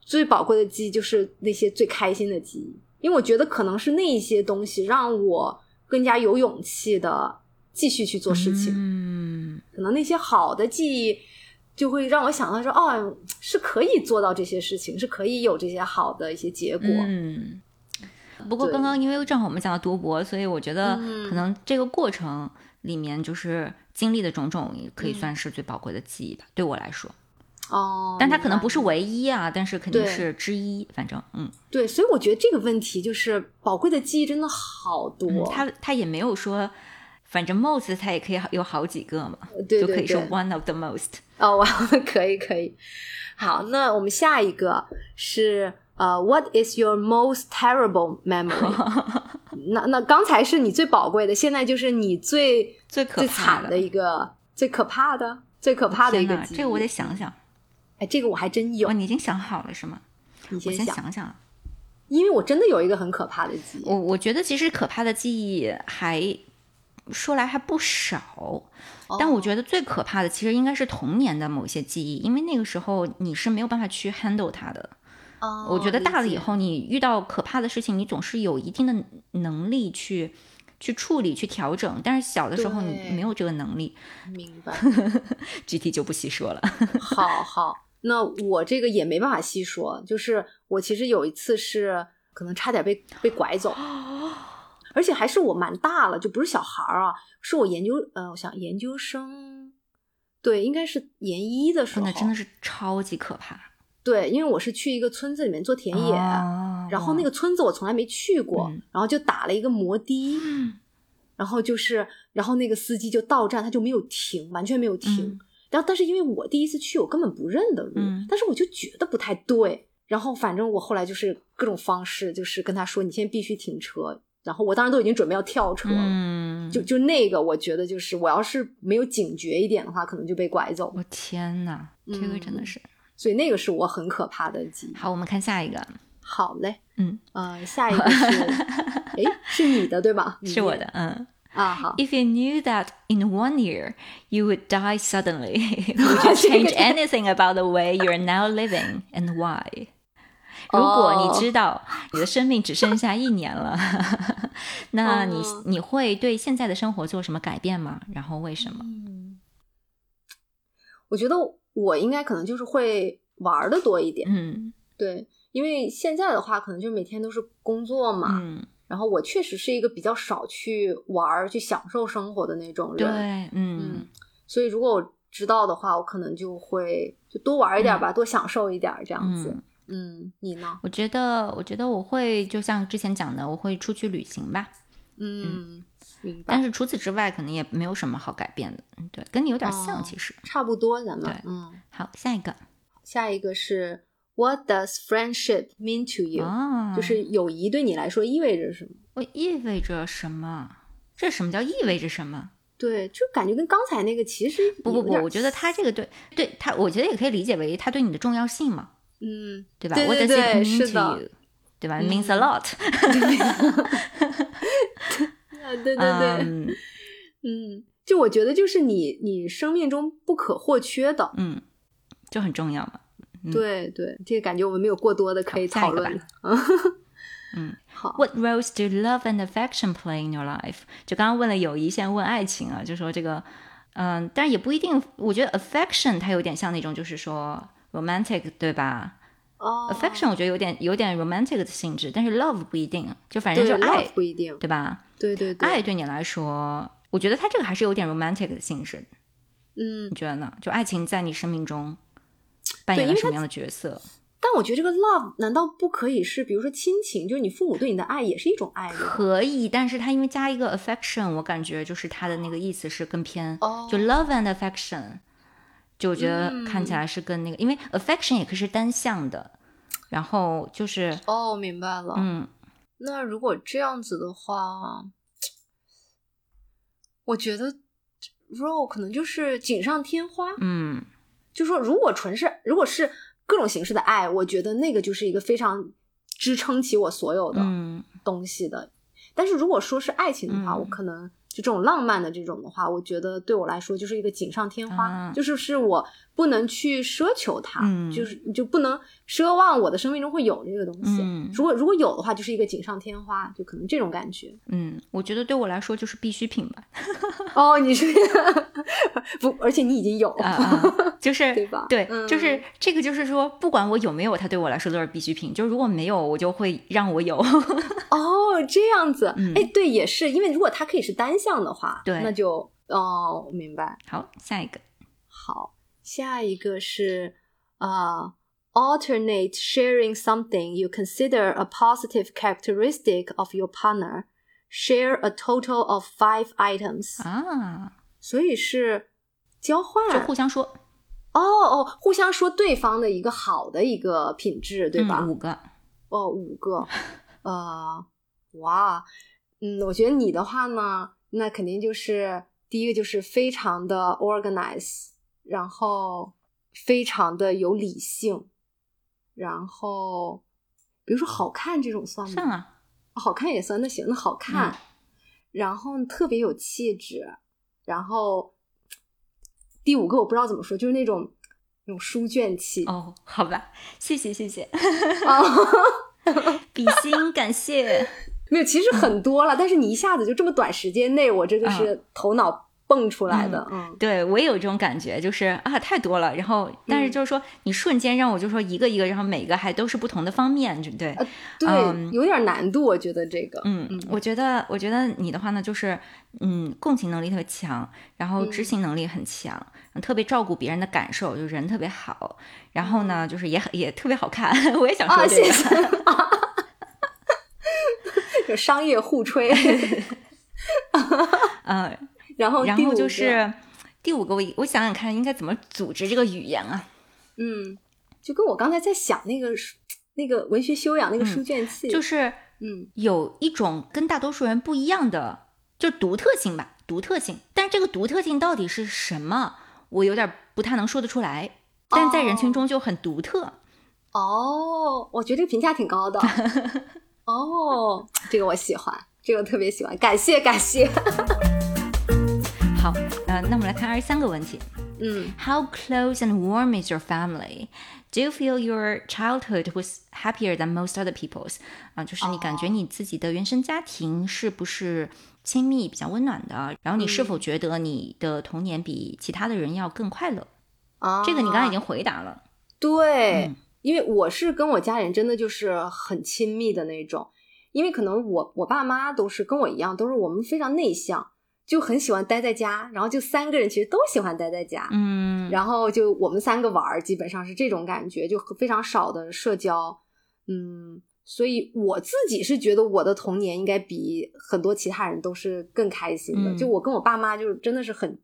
Speaker 2: 最宝贵的记忆，就是那些最开心的记忆，因为我觉得可能是那一些东西让我更加有勇气的继续去做事情。
Speaker 1: 嗯，
Speaker 2: 可能那些好的记忆就会让我想到说，哦，是可以做到这些事情，是可以有这些好的一些结果。
Speaker 1: 嗯，不过
Speaker 2: 对
Speaker 1: 刚刚因为正好我们讲到读博，所以我觉得
Speaker 2: 嗯
Speaker 1: 可能这个过程里面就是经历的种种，可以
Speaker 2: 嗯
Speaker 1: 算是最宝贵的记忆吧，对我来说。
Speaker 2: 哦，
Speaker 1: 但它可能不是
Speaker 2: 明白
Speaker 1: 唯一啊，但是肯定
Speaker 2: 对
Speaker 1: 是之一，反正嗯
Speaker 2: 对，所以我觉得这个问题就是宝贵的记忆真的好多，
Speaker 1: 嗯，它它也没有说。反正 most 它也可以有好几个嘛，
Speaker 2: 呃对对
Speaker 1: 就可以说
Speaker 2: 对
Speaker 1: one of the most。
Speaker 2: 哦，哇， 可以可以。好，那我们下一个是呃、w h a t is your most terrible memory？那 那刚才是你最宝贵的，现在就是你最
Speaker 1: 最可
Speaker 2: 最
Speaker 1: 怕
Speaker 2: 惨
Speaker 1: 的
Speaker 2: 的一个、最可怕的、最可怕的一
Speaker 1: 天
Speaker 2: 个
Speaker 1: 哪，
Speaker 2: 记忆。
Speaker 1: 这个我得想想。
Speaker 2: 哎，这个我还真有
Speaker 1: 哦，，你已经想好了是吗？
Speaker 2: 你
Speaker 1: 我
Speaker 2: 先
Speaker 1: 先
Speaker 2: 想，
Speaker 1: 想想。
Speaker 2: 因为我真的有一个很可怕的记忆。
Speaker 1: 我我觉得其实可怕的记忆还说来还不少，
Speaker 2: 哦
Speaker 1: 但我觉得最可怕的其实应该是童年的某些记忆，因为那个时候你是没有办法去 handle 它的。
Speaker 2: 哦
Speaker 1: 我觉得大了以，
Speaker 2: 理解
Speaker 1: 后，你遇到可怕的事情，你总是有一定的能力去。去处理、去调整，但是小的时候你
Speaker 2: 对
Speaker 1: 没有这个能力，
Speaker 2: 明白。
Speaker 1: 具体就不细说了。
Speaker 2: 好好，那我这个也没办法细说，就是我其实有一次是可能差点被被拐走，而且还是我蛮大了，就不是小孩儿啊，是我研究呃，我想研究生对，应该是研一的时
Speaker 1: 真
Speaker 2: 候，
Speaker 1: 的哦真的是超级可怕。
Speaker 2: 对，因为我是去一个村子里面做田野，啊
Speaker 1: 哦
Speaker 2: 然后那个村子我从来没去过，
Speaker 1: 嗯
Speaker 2: 然后就打了一个摩的，
Speaker 1: 嗯
Speaker 2: 然后就是，然后那个司机就到站，他就没有停，完全没有停。
Speaker 1: 嗯
Speaker 2: 然后，但是因为我第一次去，我根本不认得路，
Speaker 1: 嗯
Speaker 2: 但是我就觉得不太对。然后，反正我后来就是各种方式，就是跟他说，你现在必须停车。然后我当时都已经准备要跳车了，
Speaker 1: 嗯，
Speaker 2: 就就那个，我觉得就是我要是没有警觉一点的话，可能就被拐走。
Speaker 1: 我天哪，这个真的
Speaker 2: 嗯
Speaker 1: 是
Speaker 2: 所以那个是我很可怕的记忆。
Speaker 1: 好。我们看下一个，
Speaker 2: 好嘞，
Speaker 1: 嗯，
Speaker 2: 呃，下一个是， 哎，是你的对吧？你
Speaker 1: 是我的，嗯。
Speaker 2: 啊，好，
Speaker 1: If you knew that in one year you would die suddenly, would you
Speaker 2: 这个
Speaker 1: change anything about the way you are now living and why? 如果你知道你的生命只剩下一年了， 那你
Speaker 2: 哦
Speaker 1: 你会对现在的生活做什么改变吗？然后为什么？
Speaker 2: 嗯，我觉得我应该可能就是会玩的多一点，
Speaker 1: 嗯
Speaker 2: 对，因为现在的话可能就每天都是工作嘛，
Speaker 1: 嗯，
Speaker 2: 然后我确实是一个比较少去玩儿、去享受生活的那种
Speaker 1: 对
Speaker 2: 人，，
Speaker 1: 嗯
Speaker 2: 嗯，所以如果我知道的话，我可能就会就多玩一点儿吧，多享受一点儿这样子
Speaker 1: 嗯。
Speaker 2: 嗯，你呢？
Speaker 1: 我觉得，我觉得我会就像之前讲的，我会出去旅行吧。
Speaker 2: 嗯，明白
Speaker 1: 但。是除此之外，可能也没有什么好改变的。嗯，对，跟你有点像，
Speaker 2: 哦
Speaker 1: 其实。
Speaker 2: 差不多，咱们
Speaker 1: 对
Speaker 2: 嗯，
Speaker 1: 好，下一个
Speaker 2: 下一个是 What does friendship mean to you？、
Speaker 1: 哦，
Speaker 2: 就是友谊对你来说意味着什么？
Speaker 1: 我意味着什么？这什么叫意味着什么？
Speaker 2: 对，就感觉跟刚才那个其实
Speaker 1: 不不
Speaker 2: 有
Speaker 1: 不，
Speaker 2: 点
Speaker 1: 我觉得他这个对对他，我觉得也可以理解为他对你的重要性嘛，
Speaker 2: 嗯，
Speaker 1: 对吧
Speaker 2: 对
Speaker 1: w h a
Speaker 2: 对
Speaker 1: t does it
Speaker 2: 对
Speaker 1: mean
Speaker 2: 是的
Speaker 1: to you？对吧、m e a n s a
Speaker 2: 嗯
Speaker 1: lot。
Speaker 2: 啊，对对对，
Speaker 1: 嗯
Speaker 2: 嗯，就我觉得就是你你生命中不可或缺的，
Speaker 1: 嗯，就很重要嘛。嗯
Speaker 2: 对对，这个感觉我们没有过多的可以
Speaker 1: 下一
Speaker 2: 讨
Speaker 1: 个
Speaker 2: 论
Speaker 1: 吧
Speaker 2: 的。
Speaker 1: 嗯
Speaker 2: 好
Speaker 1: ，What roles do love and affection play in your life？就刚刚问了友谊，现在问爱情啊，就说这个，嗯，但是也不一定。我觉得 affection 它有点像那种，就是说 romantic，对吧？
Speaker 2: 哦
Speaker 1: affection 我觉得有点有点 romantic 的性质，但是 love 不一定，啊就反正
Speaker 2: 对
Speaker 1: 就是爱
Speaker 2: love，不一定，
Speaker 1: 对吧？
Speaker 2: 对对对，
Speaker 1: 爱对你来说，我觉得它这个还是有点 romantic 的性质，
Speaker 2: 嗯
Speaker 1: 你，觉得呢？就爱情在你生命中扮演
Speaker 2: 因
Speaker 1: 了
Speaker 2: 为
Speaker 1: 什么
Speaker 2: 它
Speaker 1: 样的角色？
Speaker 2: 但我觉得这个 love 难道不可以是，比如说亲情，就是你父母对你的爱也是一种爱吗？
Speaker 1: 可以，但是它因为加一个 affection，我感觉就是它的那个意思是更偏，
Speaker 2: 哦
Speaker 1: 就 love and affection，就我觉得看
Speaker 2: 嗯
Speaker 1: 起来是跟那个，因为 affection 也可以是单向的，然后就是
Speaker 2: 哦，明白了。
Speaker 1: 嗯，
Speaker 2: 那如果这样子的话，我觉得 role 可能就是锦上添花。
Speaker 1: 嗯
Speaker 2: 就说如果纯是如果是各种形式的爱，我觉得那个就是一个非常支撑起我所有的
Speaker 1: 嗯
Speaker 2: 东西的。但是如果说是爱情的话，
Speaker 1: 嗯
Speaker 2: 我可能就这种浪漫的这种的话，我觉得对我来说就是一个锦上添花，
Speaker 1: 啊
Speaker 2: 就是是我不能去奢求它，
Speaker 1: 嗯
Speaker 2: 就是就不能奢望我的生命中会有这个东西。
Speaker 1: 嗯
Speaker 2: 如果如果有的话，就是一个锦上添花，就可能这种感觉。
Speaker 1: 嗯，我觉得对我来说就是必需品吧。
Speaker 2: 哦，你是 不？而且你已经有了，
Speaker 1: 啊啊， 就是
Speaker 2: 对吧嗯
Speaker 1: 就是这个，就是说，不管我有没有，它对我来说都是必需品。就如果没有，我就会让我有。
Speaker 2: 哦，这样子，哎、
Speaker 1: 嗯
Speaker 2: 对，也是，因为如果它可以是单向的话，
Speaker 1: 对
Speaker 2: 那就哦，我明白。
Speaker 1: 好，下一个，
Speaker 2: 好，下一个是啊、呃 alternate sharing something you consider a positive characteristic of your partner. Share a total of five items，、
Speaker 1: 啊，
Speaker 2: 所以是交换
Speaker 1: 就互相说，
Speaker 2: 哦哦，互相说对方的一个好的一个品质，对吧？
Speaker 1: 嗯五个，
Speaker 2: 哦，五个， 呃，哇，嗯，我觉得你的话呢，那肯定就是第一个就是非常的 organize，然后非常的有理性，然后比如说好看这种算吗？哦
Speaker 1: 算啊，
Speaker 2: 好看也算，那行，那好看，
Speaker 1: 嗯
Speaker 2: 然后特别有气质，然后第五个我不知道怎么说，就是那种那种书卷气
Speaker 1: 哦，好吧，谢谢谢 谢，
Speaker 2: 哦
Speaker 1: 比心，感谢。啊
Speaker 2: 没有，其实很多了，但是你一下子就这么短时间内，我这个是头脑蹦出来的，嗯，
Speaker 1: 对我也有这种感觉，就是啊太多了，然后但
Speaker 2: 嗯
Speaker 1: 是就是说、你瞬间让我就说一个一个，然后每个还都是不同的方面，对不对？嗯
Speaker 2: 对，有点难度，我觉得这个，
Speaker 1: 嗯，我觉得，我觉得你的话呢，就是嗯，共情能力特别强，然后
Speaker 2: 嗯
Speaker 1: 执行能力很强，特别照顾别人的感受，就人特别好，然后呢，就是也很也特别好看， 我也想说
Speaker 2: 嗯啊，
Speaker 1: 这
Speaker 2: 谢
Speaker 1: 个，
Speaker 2: 谢， 有商业 互吹，
Speaker 1: 嗯，
Speaker 2: 然后
Speaker 1: 然
Speaker 2: 哦第五
Speaker 1: 后就
Speaker 2: 个
Speaker 1: 是第五个，我我想想看应该怎么组织这个语言啊，
Speaker 2: 嗯，就跟我刚才在想那个书那个文学修养那个
Speaker 1: 嗯
Speaker 2: 书卷气，
Speaker 1: 就是是
Speaker 2: 嗯
Speaker 1: 有一种跟大多数人不一样的，就独特性吧，独特性。但是这个独特性到底是什么，我有点不太能说得出来。但在人群中就很独特。
Speaker 2: 哦，我觉得这个评价挺 高的，哦，这个我喜欢，这个我特别喜欢，感谢感谢，
Speaker 1: 好，呃，那我们来看二十三个问题。
Speaker 2: 嗯
Speaker 1: How close and warm is your family? Do you feel your childhood was happier than most other people's? 啊、就是你感觉你自己的原生家庭是不是亲密、比较温暖的？然后你是否觉得你的童年比其他的人要更快乐？
Speaker 2: 啊，
Speaker 1: 这个你刚才已经回答了。
Speaker 2: 对，
Speaker 1: 嗯
Speaker 2: 因为我是跟我家人真的就是很亲密的那种，因为可能我我爸妈都是跟我一样，都是我们非常内向，就很喜欢待在家，然后就三个人其实都喜欢待在家，
Speaker 1: 嗯，
Speaker 2: 然后就我们三个玩儿，基本上是这种感觉，就非常少的社交。嗯，所以我自己是觉得我的童年应该比很多其他人都是更开心的。
Speaker 1: 嗯
Speaker 2: 就我跟我爸妈就是真的是很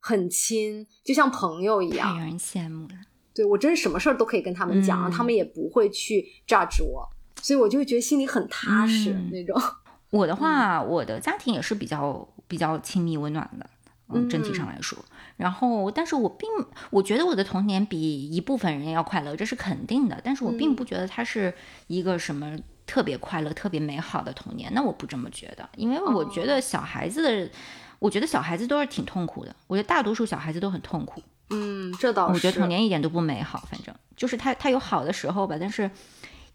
Speaker 2: 很亲，就像朋友一
Speaker 1: 太
Speaker 2: 样。
Speaker 1: 让人羡慕了。
Speaker 2: 对我真是什么事儿都可以跟他们讲，
Speaker 1: 嗯
Speaker 2: 他们也不会去 judge 我，所以我就觉得心里很踏实、
Speaker 1: 嗯
Speaker 2: 那种。
Speaker 1: 我的话，我的家庭也是比较比较亲密温暖的，嗯，整体上
Speaker 2: 嗯
Speaker 1: 来说。然后，但是我并我觉得我的童年比一部分人要快乐，这是肯定的。但是我并
Speaker 2: 嗯
Speaker 1: 不觉得它是一个什么特别快乐、特别美好的童年。那我不这么觉得，因为我觉
Speaker 2: 哦
Speaker 1: 得小孩子的，我觉得小孩子都是挺痛苦的。我觉得大多数小孩子都很痛苦。
Speaker 2: 嗯，这倒是。
Speaker 1: 我觉得童年一点都不美好，反正就是他他有好的时候吧，但是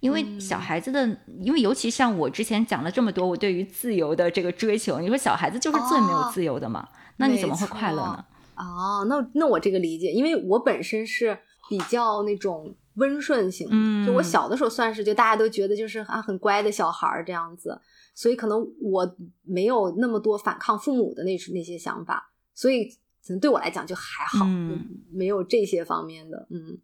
Speaker 1: 因为
Speaker 2: 嗯
Speaker 1: 小孩子的，因为尤其像我之前讲了这么多，我对于自由的这个追求，你说小孩子就是最没有
Speaker 2: 哦
Speaker 1: 自由的嘛，那你
Speaker 2: 没
Speaker 1: 怎么会快乐呢？
Speaker 2: 哦，那那我这个理解，因为我本身是比较那种温顺型，
Speaker 1: 嗯
Speaker 2: 就我小的时候算是，就大家都觉得就是啊很乖的小孩儿这样子，所以可能我没有那么多反抗父母的那那些想法，所以可能对我来讲就还好，
Speaker 1: 嗯
Speaker 2: 没有这些方面的，嗯。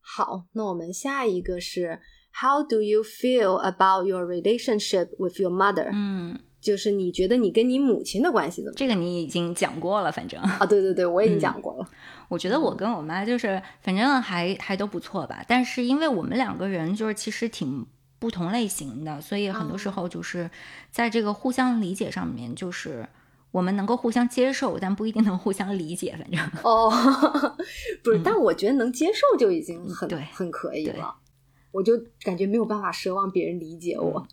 Speaker 2: 好，那我们下一个是 How do you feel about your relationship with your mother？、
Speaker 1: 嗯，
Speaker 2: 就是你觉得你跟你母亲的关系怎么
Speaker 1: 这个你已经讲过了，反正
Speaker 2: 啊？对对对，我已经
Speaker 1: 嗯
Speaker 2: 讲过了。
Speaker 1: 我觉得我跟我妈就是反正还还都不错吧，但是因为我们两个人就是其实挺。不同类型的，所以很多时
Speaker 2: 哦
Speaker 1: 候就是在这个互相理解上面，就是我们能够互相接受，但不一定能互相理解。反正，
Speaker 2: 哦， 不是，
Speaker 1: 嗯
Speaker 2: 但我觉得能接受就已经很
Speaker 1: 对
Speaker 2: 很可以
Speaker 1: 对
Speaker 2: 了。我就感觉没有办法奢望别人理解我。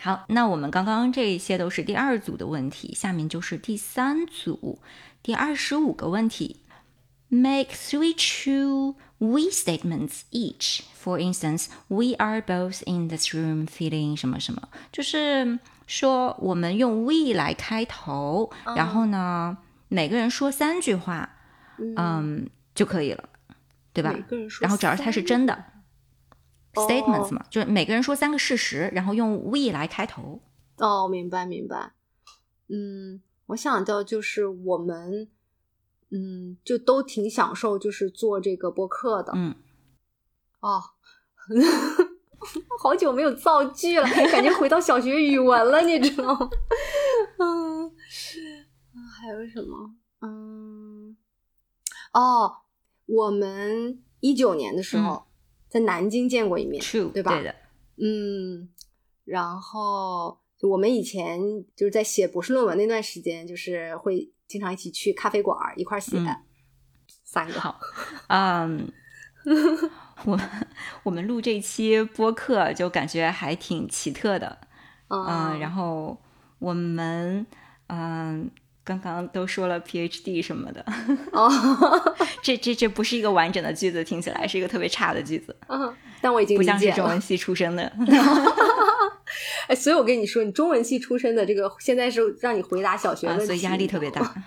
Speaker 1: 好，那我们刚刚这些都是第二组的问题，下面就是第三组第二十五个问题。Make three true we statements each. For instance, we are both in this room feeling 什么什么，就是说我们用 we 来开头，然后呢，每个人说三句话，嗯，就可以了，对吧
Speaker 2: 每？个人说，
Speaker 1: 然后只要它是，真的
Speaker 2: 哦
Speaker 1: ，statements 嘛，就是每个人说三个事实，然后用 we 来开头。
Speaker 2: 哦，明白明白。嗯，我想到就是我们，嗯，就都挺享受就是做这个播客的。
Speaker 1: 嗯，
Speaker 2: 哦， 好久没有造句了，感觉回到小学语 文了，你知道吗？嗯，啊还有什么？嗯，哦，我们一九年的时候、
Speaker 1: 嗯
Speaker 2: 在南京见过一面
Speaker 1: True，
Speaker 2: 对吧？
Speaker 1: 的，
Speaker 2: 嗯，然后我们以前就是在写博士论文那段时间，就是会经常一起去咖啡馆儿一块儿写。
Speaker 1: 嗯
Speaker 2: 三个
Speaker 1: 好，嗯，我我们录这一期播客就感觉还挺奇特的，嗯、
Speaker 2: 啊，
Speaker 1: 然后我们嗯、刚刚都说了 PhD 什么的，
Speaker 2: 哦，
Speaker 1: 这这这不是一个完整的句子，听起来是一个特别差的句子，
Speaker 2: 哦 嗯但我已经
Speaker 1: 不
Speaker 2: 理
Speaker 1: 像是
Speaker 2: 解
Speaker 1: 中
Speaker 2: 了
Speaker 1: 文系出身的，
Speaker 2: 哎，所以我跟你说，你中文系出身的这个，现在是让你回答小学问
Speaker 1: 啊，
Speaker 2: 题，哦
Speaker 1: 所以压力特别大。嗯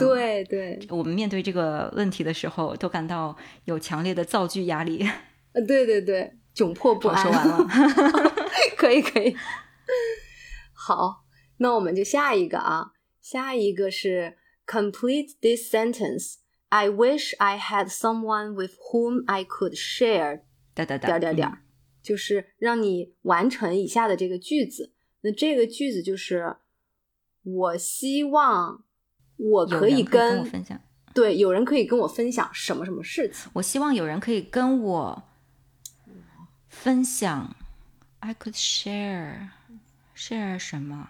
Speaker 2: 对对，
Speaker 1: 我们面对这个问题的时候，都感到有强烈的造句压力。
Speaker 2: 呃对对对，窘迫不
Speaker 1: 我
Speaker 2: 安。
Speaker 1: 说完了，
Speaker 2: 可以可以。好，那我们就下一个啊，下一个是 complete this sentence. I wish I had someone with whom I could share
Speaker 1: 哒哒哒，
Speaker 2: 点儿点儿点
Speaker 1: 嗯
Speaker 2: 儿，就是让你完成以下的这个句子。那这个句子就是我希望我
Speaker 1: 有
Speaker 2: 可以
Speaker 1: 人跟
Speaker 2: 跟
Speaker 1: 我分享。
Speaker 2: 对有人可以跟我分享什么什么事情。
Speaker 1: 我希望有人可以跟我分享。I could share share 什么？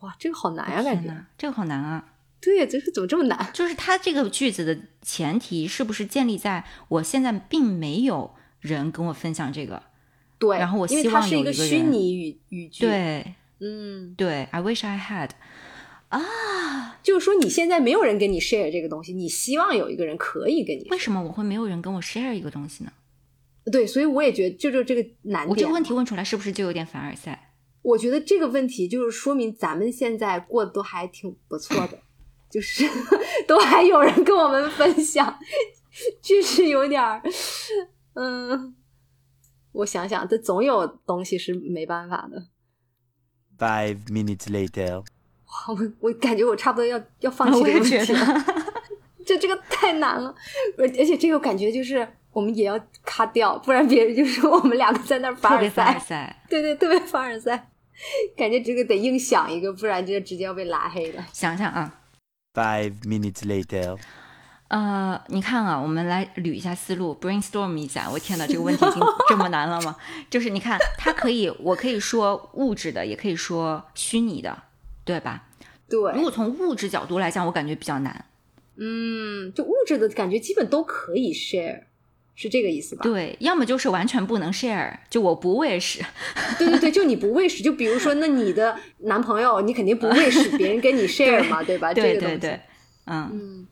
Speaker 2: 哇，这个好哎难呀、感
Speaker 1: 天
Speaker 2: 觉。
Speaker 1: 哪，这个好难啊！
Speaker 2: 对，就是怎么这么难？
Speaker 1: 就是它这个句子的前提是不是建立在我现在并没有人跟我分享这个？
Speaker 2: 对，
Speaker 1: 然后我
Speaker 2: 因为
Speaker 1: 希
Speaker 2: 它
Speaker 1: 望
Speaker 2: 是
Speaker 1: 有
Speaker 2: 一个
Speaker 1: 一个
Speaker 2: 虚
Speaker 1: 人
Speaker 2: 拟语语句，，
Speaker 1: 对
Speaker 2: 嗯，
Speaker 1: 对，I wish I had。
Speaker 2: 就是说你现在没有人跟你 share 这个东西，你希望有一个人可以跟你
Speaker 1: 为什么我会没有人跟我 share 一个东西呢？
Speaker 2: 对，所以我也觉得这就是这个难点。
Speaker 1: 我这个问题，问出来是不是就有点凡尔赛？
Speaker 2: 我觉得这个问题就是说明咱们现在过得都还挺不错的，就是 都还有人跟我们分享， 确实有点儿，嗯，我想想，这总有东西是没办法的。
Speaker 3: Five minutes later.
Speaker 2: 我我感觉我差不多要要放弃
Speaker 1: 啊 我
Speaker 2: 这个
Speaker 1: 也
Speaker 2: 问题
Speaker 1: 觉
Speaker 2: 了。
Speaker 1: 得，
Speaker 2: 这这个太难了，而而且这个感觉就是我们也要卡掉，不然别人就说我们两个在那儿凡
Speaker 1: 特
Speaker 2: 尔
Speaker 1: 别凡
Speaker 2: 赛
Speaker 1: 尔，赛。
Speaker 2: 对对，特别凡尔赛，感觉这个得硬想一个，不然这直接要被拉黑了。
Speaker 1: 想想啊，
Speaker 3: Five minutes later.
Speaker 1: 呃，你看啊，我们来捋一下思路，brainstorm 一下。我天哪，这个问题已经这么难了吗？ 就是你看，它可以，我可以说物质的，也可以说虚拟的，对吧？如
Speaker 2: 对，
Speaker 1: 果从物质角度来讲，我感觉比较难。
Speaker 2: 嗯，就物质的感觉基本都可以 share，是这个意思吧？
Speaker 1: 对，要么就是完全不能 share，就我不 wish，
Speaker 2: 啊对对对，就你不喂食，就比如说那你的男朋友，你肯定不喂食别 人跟你 share 嘛，对吧？
Speaker 1: 对
Speaker 2: 这个东
Speaker 1: 对
Speaker 2: 西，
Speaker 1: 对，嗯。
Speaker 2: 嗯，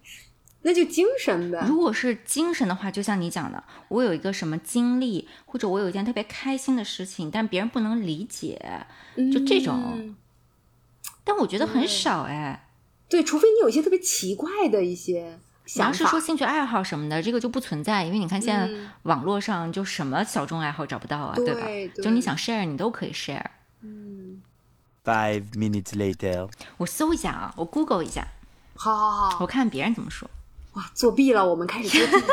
Speaker 2: 那就精神呗。
Speaker 1: 如果是精神的话，就像你讲的，我有一个什么经历，或者我有一件特别开心的事情，但别人不能理解，就这种
Speaker 2: 嗯
Speaker 1: 但我觉得很
Speaker 2: 对
Speaker 1: 少哎。
Speaker 2: 对，除非你有一些特别奇怪的一些
Speaker 1: 你要
Speaker 2: 想
Speaker 1: 是
Speaker 2: 法
Speaker 1: 说。兴趣爱好什么的，这个就不存在，因为你看现在
Speaker 2: 嗯
Speaker 1: 网络上就什么小众爱好找不到啊，吧？
Speaker 2: 对对
Speaker 1: 就你想 share，你都可以 share。
Speaker 2: 嗯，
Speaker 3: Five minutes later.
Speaker 1: 我搜一下啊，我 Google 一下，
Speaker 2: 好好
Speaker 1: 我
Speaker 2: 好，
Speaker 1: 看别人怎么 说。
Speaker 2: 哇，作弊了，我们开始作弊。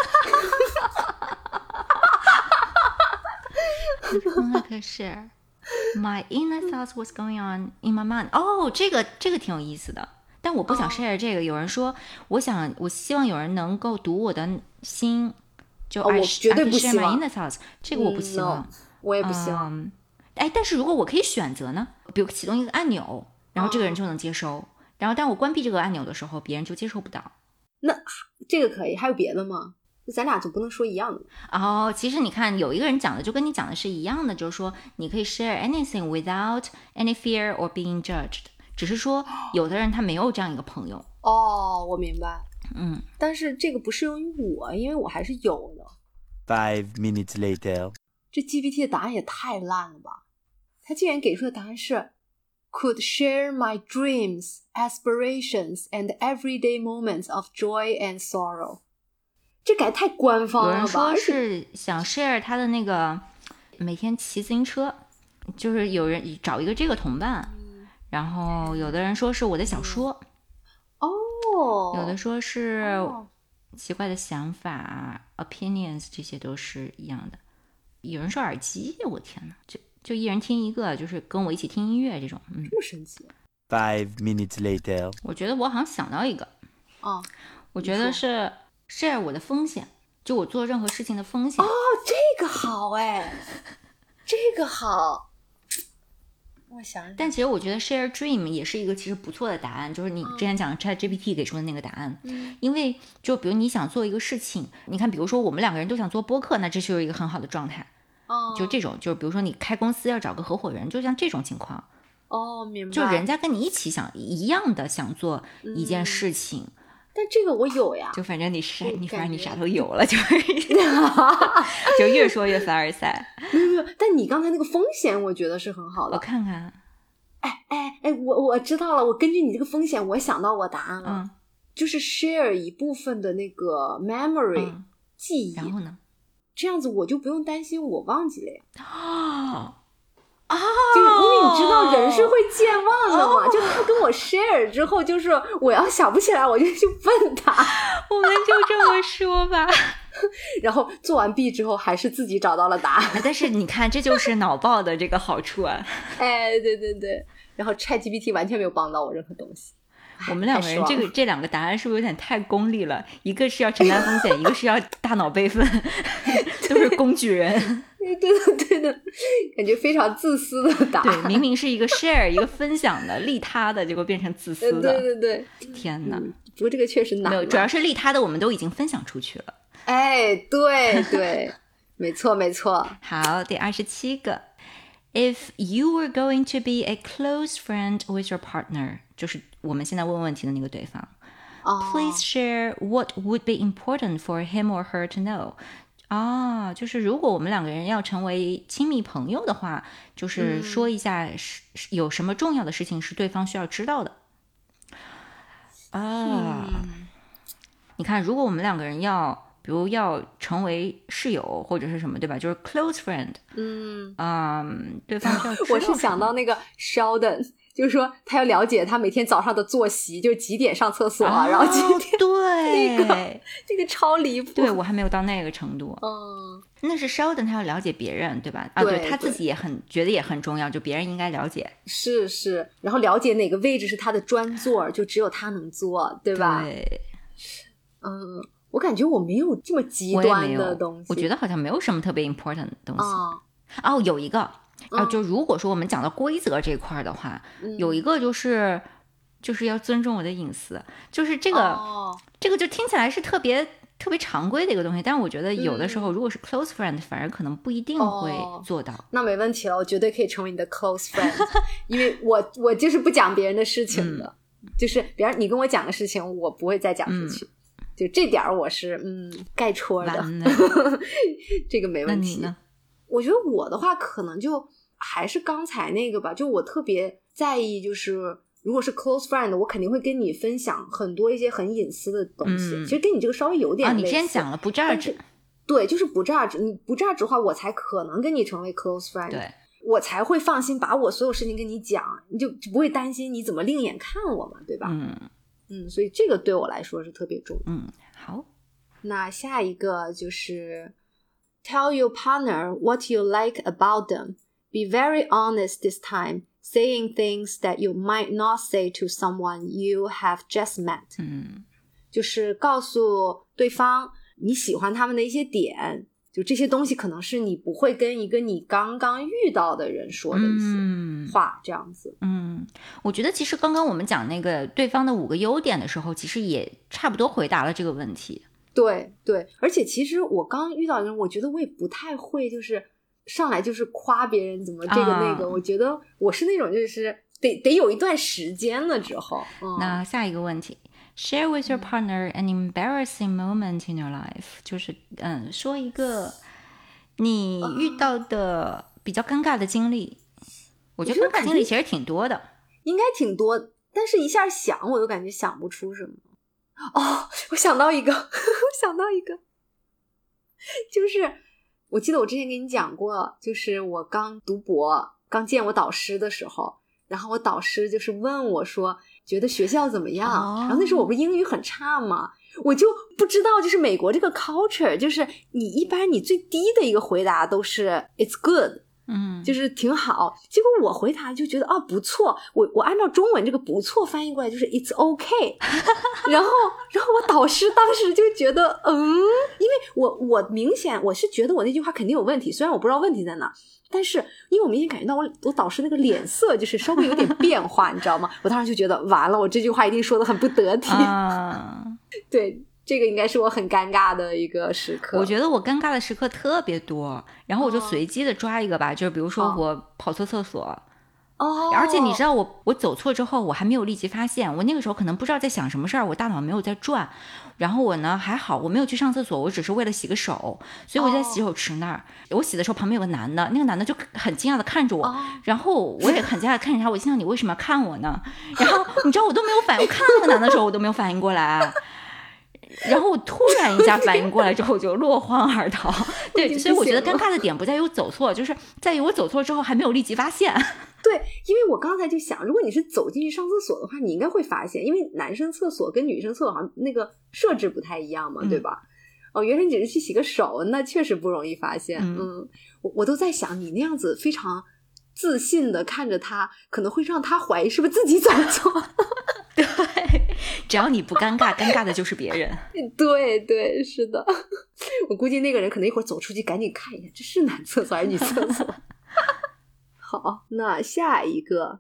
Speaker 1: I could share my inner thoughts, what's going on in my mind。哦，这个这个挺有意思的，但我不想
Speaker 2: 哦
Speaker 1: share 这个。有人说，我想，我希望有人能够读我的心，就
Speaker 2: 哦
Speaker 1: I
Speaker 2: 我
Speaker 1: sh-
Speaker 2: 绝
Speaker 1: I
Speaker 2: 对
Speaker 1: could
Speaker 2: 不
Speaker 1: share
Speaker 2: 希
Speaker 1: my
Speaker 2: 望
Speaker 1: inner thoughts，这个我不希望。
Speaker 2: 嗯，no，我也不希望。
Speaker 1: 嗯，哎，但是如果我可以选择呢？比如启动一个按钮，然后这个人就能接收。然后，但我关闭这个按钮的时候，别人就接收不到。
Speaker 2: 这个可以，还有别的吗？就咱俩总不能说一样的。
Speaker 1: 哦，其实你看，有一个人讲的就跟你讲的是一样的，就是说你可以 share anything without any fear or being judged，只是说有的人他没有这样一个朋友，
Speaker 2: 哦，我明白。
Speaker 1: 嗯，
Speaker 2: 但是这个不适用于我，因为我还是有的。
Speaker 3: Five minutes later.
Speaker 2: 这 GPT 的答案也太烂了吧！它竟然给出的答案是 “Could share my dreams, aspirations, and everyday moments of joy and sorrow”，这改得太官方
Speaker 1: 有
Speaker 2: 了吧？
Speaker 1: 人说
Speaker 2: 而且
Speaker 1: 是想 share 他的那个每天骑自行车，就是有人找一个这个同伴，然后有的人说是我的小说，
Speaker 2: 哦，
Speaker 1: 有的说是
Speaker 2: 哦
Speaker 1: 奇怪的想法、opinions，这些都是一样的。有人说耳机，我天呐，就就一人听一个，就是跟我一起听音乐这种。嗯，
Speaker 2: 这么神奇
Speaker 3: Five minutes later.
Speaker 1: 我觉得我好像想到一个，
Speaker 2: 啊！哦，
Speaker 1: 我觉得
Speaker 2: 你
Speaker 1: 是 share 我的风险，就我做任何事情的风
Speaker 2: 哦
Speaker 1: 险。
Speaker 2: 这个好哎， 这个好，我想想，
Speaker 1: 但其实我觉得 share dream 也是一个其实不错的答案，就是你之前讲 Chat GPT 给出的那个答案。
Speaker 2: 哦嗯
Speaker 1: 因为就比如你想做一个事情，你看，比如说我们两个人都想做播客，那这就是一个很好的状态。
Speaker 2: 哦
Speaker 1: 就这种，就是比如说你开公司要找个合伙人，就像这种情况，
Speaker 2: 哦，明白，
Speaker 1: 就人家跟你一起想一样的想做一件事情，
Speaker 2: 但这个我有呀，
Speaker 1: 就反正你啥
Speaker 2: 我
Speaker 1: 你反
Speaker 2: 感
Speaker 1: 正你
Speaker 2: 觉
Speaker 1: 啥都有了，就是 就越说越凡尔赛。
Speaker 2: 没有没有。但你刚才那个风险，我觉得是很好
Speaker 1: 我
Speaker 2: 的。
Speaker 1: 看看，
Speaker 2: 哎哎哎，我我知道了，我根据你这个风险，我想到我答案了，
Speaker 1: 嗯
Speaker 2: 就是 share 一部分的那个 memory、
Speaker 1: 嗯，
Speaker 2: 记忆，
Speaker 1: 然后 呢？
Speaker 2: 这样子我就不用担心我忘记了呀。
Speaker 1: 哦
Speaker 2: 就是因为你知道人是会健忘的嘛，就他跟我 share 之后，就是我要想不起来，我就去问他，
Speaker 1: 我们就这么说吧。
Speaker 2: 然后做完 B 之后，还是自己找到了答案。
Speaker 1: 哎但是你看，这就是脑爆的这个好处 啊！
Speaker 2: 哎，对对对，然后 ChatGPT 完全没有帮到我任何东西。
Speaker 1: 我们两个人
Speaker 2: 太
Speaker 1: 这
Speaker 2: 爽
Speaker 1: 个这两个答案是不是有点太功利了？一个是要承担风 险，一个是要大脑备份，都是工具人。
Speaker 2: 对对的对的，感觉非常自私的答
Speaker 1: 对，
Speaker 2: 案。
Speaker 1: 明明是一个 share，一个分享的，利他的，结果变成自
Speaker 2: 呃
Speaker 1: 私
Speaker 2: 对
Speaker 1: 的。
Speaker 2: 对对，
Speaker 1: 天哪！
Speaker 2: 嗯，不过这个确实难
Speaker 1: 没
Speaker 2: 了。
Speaker 1: 有，主要是利他的，我们都已经分享出去了。
Speaker 2: 哎，对对，没错没错。
Speaker 1: 好，第二十七个，If you were going to be a close friend with your partner，就是我们现在问问题的那个对方。
Speaker 2: 哦
Speaker 1: Please share what would be important for him or her to know。啊，就是如果我们两个人要成为亲密朋友的话，
Speaker 2: 嗯
Speaker 1: 就是说一下是、是有什么重要的事情是对方需要知道的。啊，
Speaker 2: 嗯
Speaker 1: 你看，如果我们两个人要，比如要成为室友或者是什么，对吧？就是 close friend。嗯对方需要知道
Speaker 2: 我是想到那个 Sheldon，就是 说他要了解他每天早上的作息，就是几点上厕所啊，然后几
Speaker 1: 哦
Speaker 2: 点，
Speaker 1: 对、
Speaker 2: 那个这个超离谱。
Speaker 1: 对我还没有到那个程度。
Speaker 2: 嗯，
Speaker 1: 那是 Sheldon，他要了解别人，对吧？啊，
Speaker 2: 对
Speaker 1: 他自
Speaker 2: 对
Speaker 1: 己也很觉得也很重要，就别人应该了解，
Speaker 2: 是是，然后了解哪个位置是他的专座，就只有他能坐，对
Speaker 1: 对
Speaker 2: 吧？嗯，我感觉我没有这么极
Speaker 1: 我也没
Speaker 2: 端的
Speaker 1: 有
Speaker 2: 东西，，
Speaker 1: 我觉得好像没有什么特别 important 的东西。
Speaker 2: 啊，
Speaker 1: 哦，有一个，啊、
Speaker 2: 嗯
Speaker 1: 就如果说我们讲到规则这块儿的话，有一
Speaker 2: 个
Speaker 1: 个就是就是要尊重我的隐私，就是这个、
Speaker 2: 哦，
Speaker 1: 这个就听起来是特别。特别常规的一个东西，但是我觉得有的时候，如果是 close friend，、反而可能不一定会
Speaker 2: 嗯哦
Speaker 1: 做到。
Speaker 2: 那没问题了，我绝对可以成为你的 close friend，因为我我就是不讲别人的事情的，
Speaker 1: 嗯
Speaker 2: 就是比方你跟我讲个事情，我不会再讲出去，就这点儿我是嗯概戳的，
Speaker 1: 完了，
Speaker 2: 这个没
Speaker 1: 那
Speaker 2: 问
Speaker 1: 你
Speaker 2: 题。
Speaker 1: 呢？
Speaker 2: 我觉得我的话可能就还是刚才那个吧，就我特别在意，就是如果是 close friend，我肯定会跟你分享很多一些很隐私的东西。
Speaker 1: 嗯
Speaker 2: 其实跟你这个稍微有点
Speaker 1: 啊，你
Speaker 2: 类
Speaker 1: 之前
Speaker 2: 似
Speaker 1: 讲了不
Speaker 2: 但
Speaker 1: judge，
Speaker 2: 是对，就是不 judge，你不 judge 的话，我才可能跟你成为 close friend。
Speaker 1: 对，
Speaker 2: 我才会放心把我所有事情跟你讲，你就就不会担心你怎么另眼看我嘛，对吧？
Speaker 1: 嗯
Speaker 2: 嗯所以这个对我来说是特别重要。
Speaker 1: 嗯，好，
Speaker 2: 那下一个就是 Tell your partner what you like about them. Be very honest this time, saying things that you might not say to someone you have just met.
Speaker 1: 嗯。
Speaker 2: 就是告诉对方你喜欢他们的一些点，就这些东西可能是你不会跟一个你刚刚遇到的人说的一些
Speaker 1: 嗯
Speaker 2: 话，这样子。
Speaker 1: 嗯，我觉得其实刚刚我们讲那个对方的五个优点的时候，其实也差不多回答了这个问题。
Speaker 2: 对对，而且其实我刚遇到的人，我觉得我也不太会，就是上来就是夸别人怎么这个那个。
Speaker 1: 啊
Speaker 2: 我觉得我是那种就是得得有一段时间了之后，嗯，
Speaker 1: 那下一个问题，share with your partner an embarrassing moment in your life，就是嗯，说一个你遇到的比较尴尬的经历。我觉得
Speaker 2: 我觉得
Speaker 1: 尴尬经历其实挺多的，
Speaker 2: 应该挺多，但是一下想我又感觉想不出什么。哦，我想到一个， 我想到一个，就是我记得我之前给你讲过，就是我刚读博刚见我导师的时候，然后我导师就是问我说，觉得学校怎么样？
Speaker 1: 哦
Speaker 2: 然后那时候我不是英语很差嘛。我就不知道，就是美国这个 culture，就是你一般你最低的一个回答都是 "It's good"，
Speaker 1: 嗯，
Speaker 2: 就是挺好。结果我回答就觉得啊不错，我我按照中文这个不错翻译过来就是 it's okay，然后然后我导师当时就觉得嗯，因为我我明显我是觉得我那句话肯定有问题，虽然我不知道问题在哪。但是，因为我明显感觉到我我导师那个脸色就是稍微有点变化，你知道吗？我当时就觉得完了，我这句话一定说的很不得体。
Speaker 1: 啊、
Speaker 2: 对，这个应该是我很尴尬的一个时刻。
Speaker 1: 我觉得我尴尬的时刻特别多，然后我就
Speaker 2: 哦
Speaker 1: 随机的抓一个吧，就是比如说
Speaker 2: 哦
Speaker 1: 我跑错厕所，
Speaker 2: 哦，
Speaker 1: 而且你知道我，我走错之后，我还没有立即发现，我那个时候可能不知道在想什么事儿，我大脑没有在转。然后我呢还好，我没有去上厕所，我只是为了洗个手，所以我就在
Speaker 2: 哦
Speaker 1: 洗手池那儿。我洗的时候旁边有个男的，那个男的就很惊讶的看着我，
Speaker 2: 哦
Speaker 1: 然后我也很惊讶的看着他，我心想你为什么要看我呢？然后你知道我都没有反应，我看到那个男的时候我都没有反应过来。然后我突然一下反应过来之后，我就落荒而逃。
Speaker 2: 已经
Speaker 1: 对，
Speaker 2: 不
Speaker 1: 所以我觉得
Speaker 2: 行
Speaker 1: 尴尬
Speaker 2: 了
Speaker 1: 的点不在于我走错，就是在于我走错之后还没有立即发现。
Speaker 2: 对，因为我刚才就想，如果你是走进去上厕所的话，你应该会发现，因为男生厕所跟女生厕所好像那个设置不太一样嘛，
Speaker 1: 嗯
Speaker 2: 对吧？哦，原来你只是去洗个手，那确实不容易发现。嗯
Speaker 1: 嗯，
Speaker 2: 我我都在想，你那样子非常自信的看着他，可能会让他怀疑是不是自己走错。
Speaker 1: 只要你不尴尬，尴尬的就是别人。
Speaker 2: 对对，是的， 我估计那个人可能一会儿走出去，赶紧看一下，这是男厕所还是女厕所？ 好，那下一个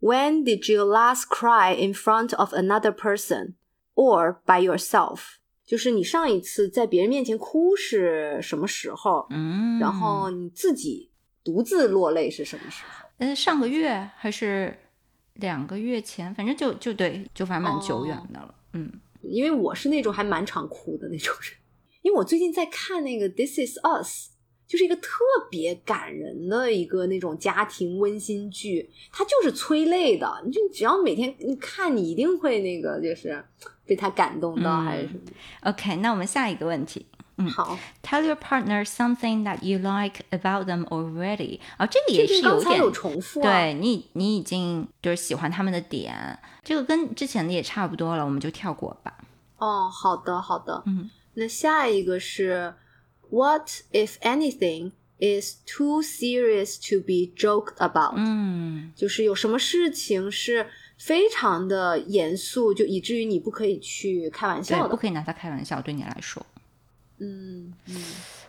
Speaker 2: ，When did you last cry in front of another person or by yourself？就是你上一次在别人面前哭是什么时候？
Speaker 1: 嗯，
Speaker 2: 然后你自己独自落泪是什么时候？
Speaker 1: 呃，上个月还是两个月前，反正就就对，就反正蛮久远的了。嗯，
Speaker 2: 因为我是那种还蛮常哭的那种人，因为我最近在看那个《This Is Us》，就是一个特别感人的一个那种家庭温馨剧，它就是催泪的，你就只要每天你看，你一定会那个就是被它感动到，
Speaker 1: 嗯
Speaker 2: 还是什么、
Speaker 1: OK，那我们下一个问题。
Speaker 2: 好。
Speaker 1: Tell your partner something that you like about them already。啊，这个也
Speaker 2: 这
Speaker 1: 是
Speaker 2: 个刚
Speaker 1: 有
Speaker 2: 才
Speaker 1: 点
Speaker 2: 有重复、啊，
Speaker 1: 对你，你已经就是喜欢他们的点，这个跟之前的也差不多了，我们就跳过吧。
Speaker 2: 哦，好的好的，
Speaker 1: 嗯，
Speaker 2: 那下一个是 What if anything is too serious to be joked about？
Speaker 1: 嗯
Speaker 2: 就是有什么事情是非常的严肃，就以至于你不可以去开玩
Speaker 1: 对
Speaker 2: 笑，
Speaker 1: 不
Speaker 2: 的。
Speaker 1: 可以拿它开玩笑，对你来说。
Speaker 2: 嗯嗯，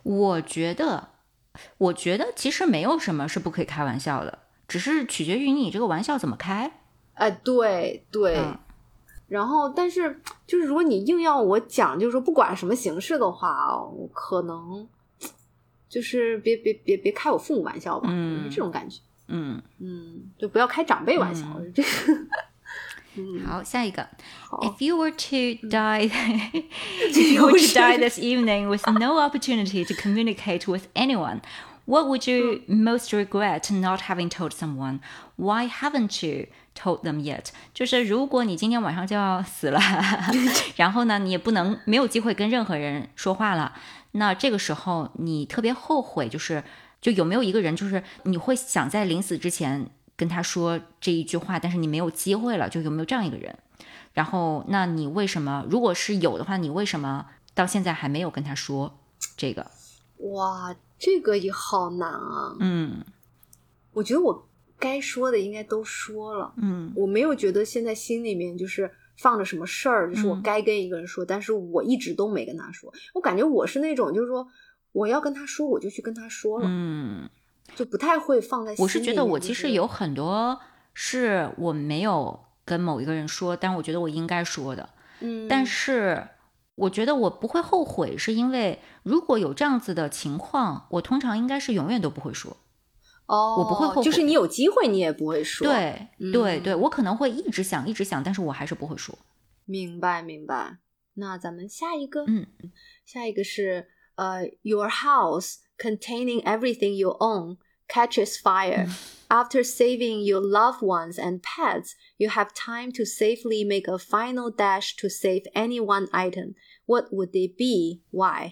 Speaker 1: 我觉得，我觉得其实没有什么是不可以开玩笑的，只是取决于你这个玩笑怎么开。
Speaker 2: 哎，对对。
Speaker 1: 嗯
Speaker 2: 然后，但是就是如果你硬要我讲，就是说不管什么形式的话，我可能就是别别别别开我父母玩笑吧，
Speaker 1: 嗯
Speaker 2: 就是这种感觉。
Speaker 1: 嗯，
Speaker 2: 嗯，就不要开长辈玩笑，
Speaker 1: 嗯
Speaker 2: 这个。 嗯，
Speaker 1: 好，下一个。
Speaker 2: 好，
Speaker 1: If you were to die, if you were to die this evening with no opportunity to communicate with anyone, what would you most regret not having told someone? Why haven't you told them yet？就是如果你今天晚上就要死了， 然后呢，你也不能没有机会跟任何人说话了，那这个时候你特别后悔，就是就有没有一个人，就是你会想在临死之前跟他说这一句话，但是你没有机会了，就有没有这样一个人？然后，那你为什么？如果是有的话，你为什么到现在还没有跟他说这个？
Speaker 2: 哇，这个也好难啊！
Speaker 1: 嗯
Speaker 2: 我觉得我该说的应该都说了。
Speaker 1: 嗯
Speaker 2: 我没有觉得现在心里面就是放着什么事儿，就是我
Speaker 1: 嗯
Speaker 2: 该跟一个人说，但是我一直都没跟他说。我感觉我是那种就是说我要跟他说，我就去跟他说了，
Speaker 1: 嗯，
Speaker 2: 就不太会放在心里面。
Speaker 1: 我是觉得我
Speaker 2: 就
Speaker 1: 其
Speaker 2: 是
Speaker 1: 实有很多是我没有跟某一个人说，但我觉得我应该说的。
Speaker 2: 嗯，
Speaker 1: 但是我觉得我不会后悔，是因为如果有这样子的情况，我通常应该是永远都不会说。
Speaker 2: 哦，
Speaker 1: 我不会后悔
Speaker 2: 就是你有机会你也不会说。，
Speaker 1: 对对
Speaker 2: 嗯
Speaker 1: 对，我可能会一直想，一直想，但是我还是不会说。
Speaker 2: 明白明白。那咱们下一个，
Speaker 1: 嗯，
Speaker 2: 下一个是呃、y o u r house containing everything you own catches fire. After saving your loved ones and pets, you have time to safely make a final dash to save any one item. What would it be? Why?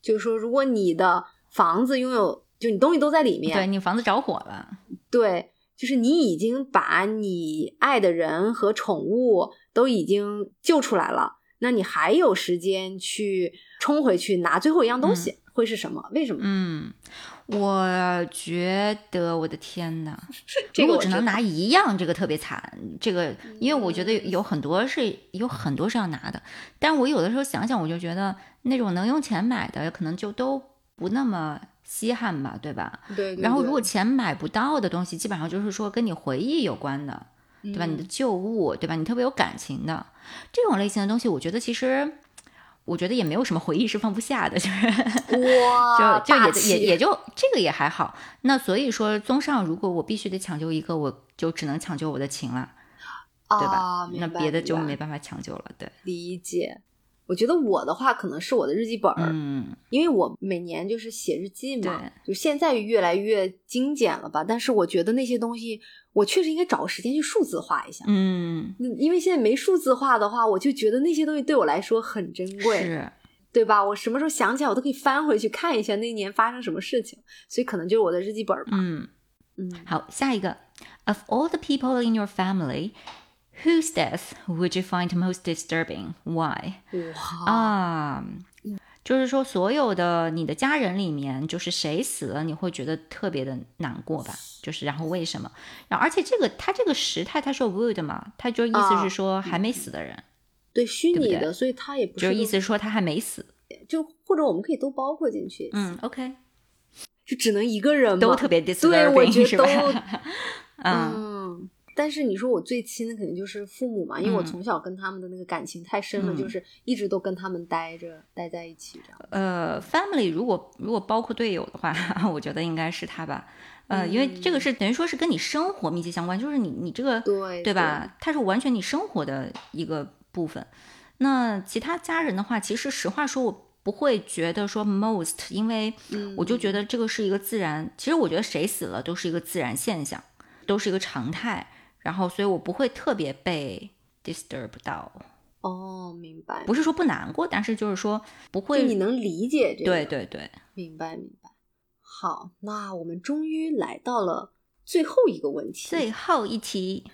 Speaker 2: 就是说，如果你的房子拥有，就你东西都在里面，
Speaker 1: 对你房子着火了，
Speaker 2: 对，就是你已经把你爱的人和宠物都已经救出来了，那你还有时间去冲回去拿最后一样东西，会是什么？为什么？
Speaker 1: 嗯，我觉得我的天呐，
Speaker 2: 这
Speaker 1: 如
Speaker 2: 个
Speaker 1: 果
Speaker 2: 我
Speaker 1: 只
Speaker 2: 知
Speaker 1: 能
Speaker 2: 道
Speaker 1: 拿一样，这个特别惨。这个，因为我觉得
Speaker 2: 嗯
Speaker 1: 有很多是有很多是要拿的，但我有的时候想想，我就觉得那种能用钱买的，可能就都不那么稀罕吧，对吧？
Speaker 2: 对对
Speaker 1: 然后如
Speaker 2: 对
Speaker 1: 果钱买不到的东西，基本上就是说跟你回忆有关的，
Speaker 2: 嗯
Speaker 1: 对吧？你的旧物，对吧？你特别有感情的这种类型的东西，我觉得其实我觉得也没有什么回忆是放不下的，就是
Speaker 2: 嗯哇，
Speaker 1: 就
Speaker 2: 大
Speaker 1: 就
Speaker 2: 呃气
Speaker 1: 也也也就这个也还好。那所以说，综上，如果我必须得抢救一个，我就只能抢救我的情了，对吧？
Speaker 2: 啊、
Speaker 1: 那
Speaker 2: 明白
Speaker 1: 别的就
Speaker 2: 明白
Speaker 1: 没办法抢救了。对，
Speaker 2: 理解。我觉得我的话可能是我的日记本儿，
Speaker 1: 嗯，
Speaker 2: 因为我每年就是写日记嘛
Speaker 1: 对，
Speaker 2: 就现在越来越精简了吧。但是我觉得那些东西，我确实应该找个时间去数字化一下。
Speaker 1: 嗯，
Speaker 2: 嗯因为现在没数字化的话，我就觉得那些东西对我来说很珍贵，
Speaker 1: 是，
Speaker 2: 对吧？我什么时候想起来，我都可以翻回去看一下那年发生什么事情，所以可能就是我的日记本儿吧。
Speaker 1: 嗯，
Speaker 2: 嗯，
Speaker 1: 好，下一个，Of all the people in your family, whose death would you find most disturbing? Why?
Speaker 2: 哇，
Speaker 1: 啊，
Speaker 2: 嗯
Speaker 1: 就是说所有的你的家人里面，就是谁死了，你会觉得特别的难过吧？就是然后为什么？然后而且这个他这个时态他说 would 嘛，他就意思
Speaker 2: 啊
Speaker 1: 是说还没死的人，
Speaker 2: 对，虚
Speaker 1: 对不
Speaker 2: 拟
Speaker 1: 对
Speaker 2: 的，所以它嗯也不
Speaker 1: 就是是意
Speaker 2: 那
Speaker 1: 思是说他还没死。
Speaker 2: 么就或者我们可以都包括进去，
Speaker 1: 嗯，OK，
Speaker 2: 就只能一个人嘛
Speaker 1: 都特别
Speaker 2: 嗯对，我
Speaker 1: disturbing
Speaker 2: 觉
Speaker 1: 是
Speaker 2: 得
Speaker 1: 吧？
Speaker 2: 都
Speaker 1: 嗯
Speaker 2: 嗯，但是你说我最亲的肯定就是父母嘛，因为我
Speaker 1: 嗯
Speaker 2: 从小跟他们的那个感情太深了，
Speaker 1: 嗯
Speaker 2: 就是一直都跟他们待着，待在一起这样。
Speaker 1: 呃，family 如果如果包括队友的话， 我觉得应该是他吧。呃，因
Speaker 2: 嗯
Speaker 1: 为这个是等于说是跟你生活密切相关，就是你你这个
Speaker 2: 对
Speaker 1: 对吧？？它是完全你生活的一个部分。那其他家人的话，其实实话说，我不会觉得说 most，因为
Speaker 2: 嗯
Speaker 1: 我就觉得这个是一个自然。其实我觉得谁死了都是一个自然现象，都是一个常态。然后，所以我不会特别被 disturb 到，
Speaker 2: 哦，明白。
Speaker 1: 不是说不难过，但是就是说不
Speaker 2: 就
Speaker 1: 会。
Speaker 2: 你能理解这个？
Speaker 1: 对，对对，
Speaker 2: 明白明白。好，那我们终于来到了最后一个问题。
Speaker 1: 最后一题，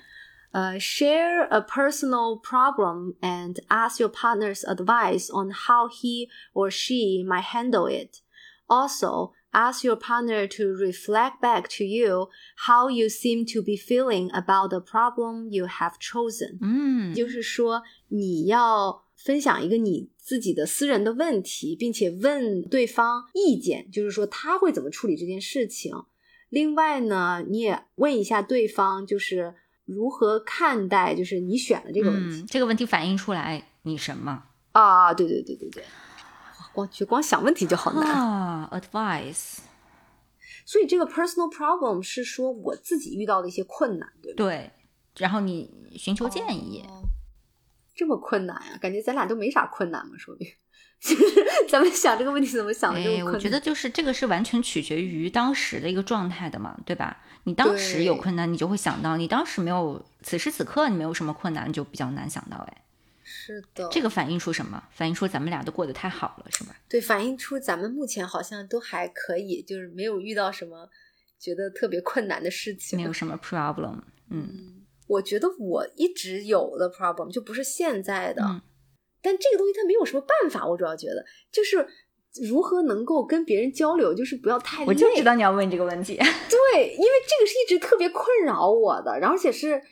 Speaker 2: 呃、s h a r e a personal problem and ask your partner's advice on how he or she might handle it. Also, ask your partner to reflect back to you how you seem to be feeling about the problem you have chosen.
Speaker 1: 嗯，
Speaker 2: 就是说，你要分享一个你自己的私人的问题，并且问对方意见，就是说他会怎么处理这件事情。另外呢，你也问一下对方，就是如何看待，就是你选的这个问题、
Speaker 1: 嗯，这个问题反映出来你什么
Speaker 2: 啊？对对对对对，哇光就光想问题就好难。
Speaker 1: 啊？Advice，
Speaker 2: 所以这个 personal problem 是说我自己遇到的一些困难，对吧？
Speaker 1: 对，然后你寻求建议，
Speaker 2: 哦这么困难呀、感觉咱俩都没啥困难嘛，说明 就是咱们想这个问题怎么想的这么
Speaker 1: 哎，
Speaker 2: 困难。
Speaker 1: 我觉得就是这个是完全取决于当时的一个状态的嘛，对吧？你当时
Speaker 2: 对
Speaker 1: 有困难，你就会想到；你当时没有，此时此刻你没有什么困难，你就比较难想到。哎，
Speaker 2: 是的，
Speaker 1: 这个反映出什么？反映出咱们俩都过得太好了，哦是吧？
Speaker 2: 对反映出咱们目前好像都还可以，就是没有遇到什么觉得特别困难的事情。
Speaker 1: 没有什么 problem。嗯
Speaker 2: 我觉得我一直有的 problem 就不是现在的，
Speaker 1: 嗯
Speaker 2: 但这个东西它没有什么办法。我主要觉得就是如何能够跟别人交流，就是不要太累。
Speaker 1: 嗯我就知道你要问这个问题。
Speaker 2: 对，因为这个是一直特别困扰我的，然后而且是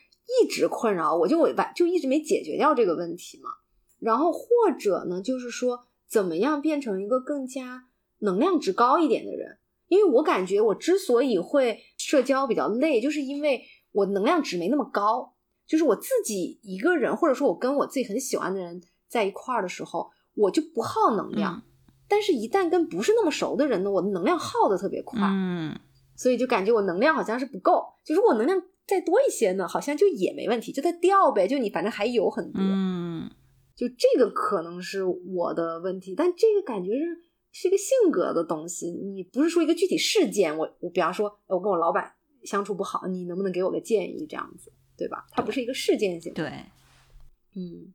Speaker 2: 一直困扰我，就我完就一直没解决掉这个问题嘛。然后或者呢，就是说怎么样变成一个更加能量值高一点的人？因为我感觉我之所以会社交比较累，就是因为我能量值没那么高。就是我自己一个人，或者说我跟我自己很喜欢的人在一块儿的时候，我就不耗能量。
Speaker 1: 嗯
Speaker 2: 但是，一旦跟不是那么熟的人呢，我的能量耗的特别快。
Speaker 1: 嗯，
Speaker 2: 所以就感觉我能量好像是不够。就如果能量再多一些呢，好像就也没问题，就再掉呗。就你反正还有很多，
Speaker 1: 嗯，
Speaker 2: 就这个可能是我的问题，但这个感觉是是一个性格的东西，你不是说一个具体事件。我我比方说，呃我跟我老板相处不好，你能不能给我个建议这样子，对吧？它不是一个事件性，
Speaker 1: 对，
Speaker 2: 嗯。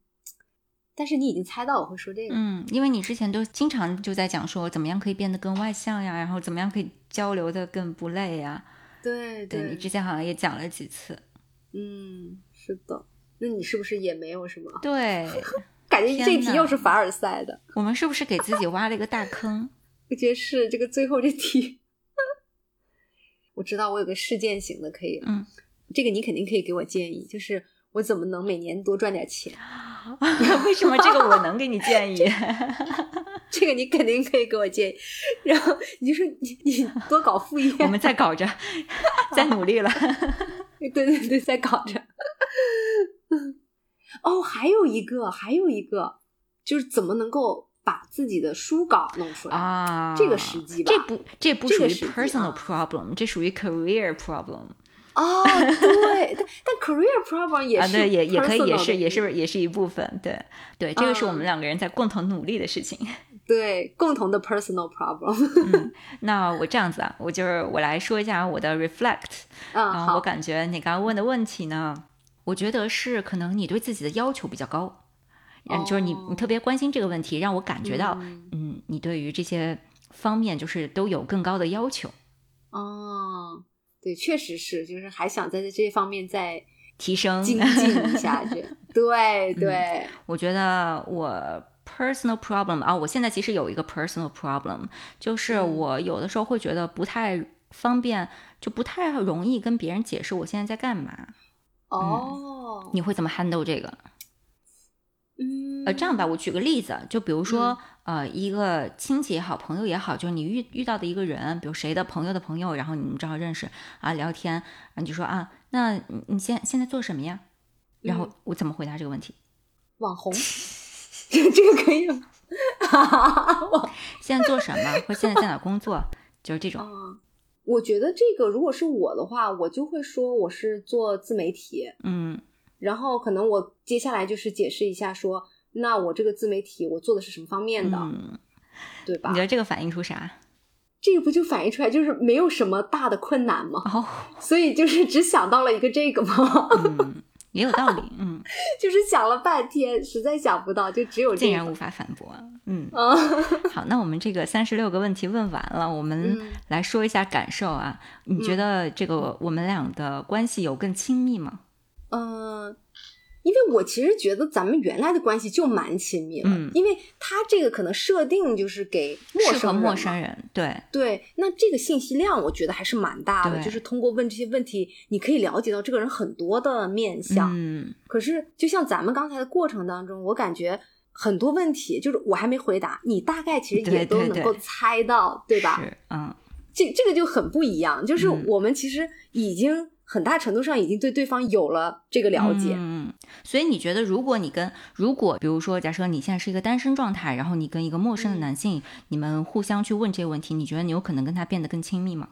Speaker 2: 但是你已经猜到我会说这个，
Speaker 1: 嗯，因为你之前都经常就在讲说，怎么样可以变得更外向呀，然后怎么样可以交流的更不累呀。
Speaker 2: 对
Speaker 1: 对你之前好像也讲了几次。
Speaker 2: 嗯，是的。那你是不是也没有什么？
Speaker 1: 对，
Speaker 2: 感觉这
Speaker 1: 天
Speaker 2: 题
Speaker 1: 哪
Speaker 2: 又是凡尔赛的。
Speaker 1: 我们是不是给自己挖了一个大坑？
Speaker 2: 我觉得是这个最后这题，我知道我有个事件型的可以，
Speaker 1: 嗯，
Speaker 2: 这个你肯定可以给我建议，就是我怎么能每年多赚点钱？
Speaker 1: 为什么这个我能给你建议？
Speaker 2: 这个你肯定可以给我建议。然后你就说你你多搞副业，
Speaker 1: 我们在搞着， 在努 力了。
Speaker 2: 对对对，在搞着。哦，还有一个，还有一个，就是怎么能够把自己的书稿弄出来，
Speaker 1: 啊，
Speaker 2: 这个时机吧
Speaker 1: 这不这不
Speaker 2: 这
Speaker 1: 属
Speaker 2: 个
Speaker 1: 于
Speaker 2: 时机
Speaker 1: personal
Speaker 2: 啊
Speaker 1: problem，这属于 career problem
Speaker 2: 哦，对，但但 career problem 也
Speaker 1: 啊，
Speaker 2: 是、
Speaker 1: 对，也也可以，也是也
Speaker 2: 是
Speaker 1: 是也是一嗯部分，对对，这个是我们两个人在共同努力的事情。
Speaker 2: 对共同的 personal problem。
Speaker 1: 嗯那我这样子啊，我就是我来说一下我的 reflect
Speaker 2: 嗯，
Speaker 1: 啊、
Speaker 2: 好，
Speaker 1: 我感觉你刚刚问的问题呢，我觉得是可能你对自己的要求比较高，嗯，就是你你
Speaker 2: 哦
Speaker 1: 特别关心这个问题，让我感觉到，
Speaker 2: 嗯
Speaker 1: 嗯，你对于这些方面就是都有更高的要求。
Speaker 2: 哦，对，确实是，就是还想在这方面再
Speaker 1: 提升，
Speaker 2: 精进一下，这
Speaker 1: 嗯
Speaker 2: 对对，
Speaker 1: 我觉得我 personal problem 啊，我现在其实有一个 personal problem，就是
Speaker 2: 嗯
Speaker 1: 我有的时候会觉得不太方便，就不太容易跟别人解释我现在在干嘛。
Speaker 2: 哦，
Speaker 1: 你会怎么 handle 这个？
Speaker 2: 嗯，
Speaker 1: 呃，这样吧，我举个例子，就比如说，呃，一个亲戚也好，朋友也好，就是你遇遇到的一个人，比如谁的朋友的朋友，然后你们正好认识啊，聊天，然后你就说啊，那你你现现在做什么呀？然后
Speaker 2: 嗯
Speaker 1: 我怎么回答这个问题？
Speaker 2: 网红，这这个可以吗？
Speaker 1: 现在做什么？或者现在在哪儿工作？就是这种。
Speaker 2: 嗯，我觉得这个如果是我的话，我就会说我是做自媒体，
Speaker 1: 嗯，
Speaker 2: 然后可能我接下来就是解释一下说，那我这个自媒体我做的是什么方面的，
Speaker 1: 嗯，
Speaker 2: 对吧
Speaker 1: 你觉？得这个反映出啥？
Speaker 2: 这个不就反映出来就是没有什么大的困难吗？
Speaker 1: 哦，
Speaker 2: 所以就是只想到了一个这个吗？
Speaker 1: 嗯，也有道理，嗯，
Speaker 2: 就是想了半天，实在想不到，就只有这
Speaker 1: 竟
Speaker 2: 个。。
Speaker 1: 然无法反驳，嗯
Speaker 2: 啊，
Speaker 1: 好，那我们这个三十六个问题问完了，我们
Speaker 2: 嗯
Speaker 1: 来说一下感受啊。你觉得这个我们俩的关系有更亲密吗？
Speaker 2: 嗯，因为我其实觉得咱们原来的关系就蛮亲密了，
Speaker 1: 嗯
Speaker 2: 因为他这个可能设定就是给陌
Speaker 1: 适合
Speaker 2: 生人
Speaker 1: 陌
Speaker 2: 嘛
Speaker 1: 生人，对，
Speaker 2: 对，那这个信息量我觉得还是蛮大的，
Speaker 1: 对
Speaker 2: 就是通过问这些问题，你可以了解到这个人很多的面相。
Speaker 1: 嗯
Speaker 2: 可是就像咱们刚才的过程当中，我感觉很多问题就是我还没回答，你大概其实
Speaker 1: 对
Speaker 2: 也都
Speaker 1: 对
Speaker 2: 能
Speaker 1: 对
Speaker 2: 够猜到，对吧？
Speaker 1: 是，嗯
Speaker 2: 这这个就很不一样，就是
Speaker 1: 嗯
Speaker 2: 我们其实已经很大程度上已经对对方有了这个了解。
Speaker 1: 嗯，所以你觉得，如果你跟如果比如说，假设你现在是一个单身状态，然后你跟一个陌生的
Speaker 2: 嗯
Speaker 1: 男性，你们互相去问这些问题，你觉得你有可能跟他变得更亲密吗？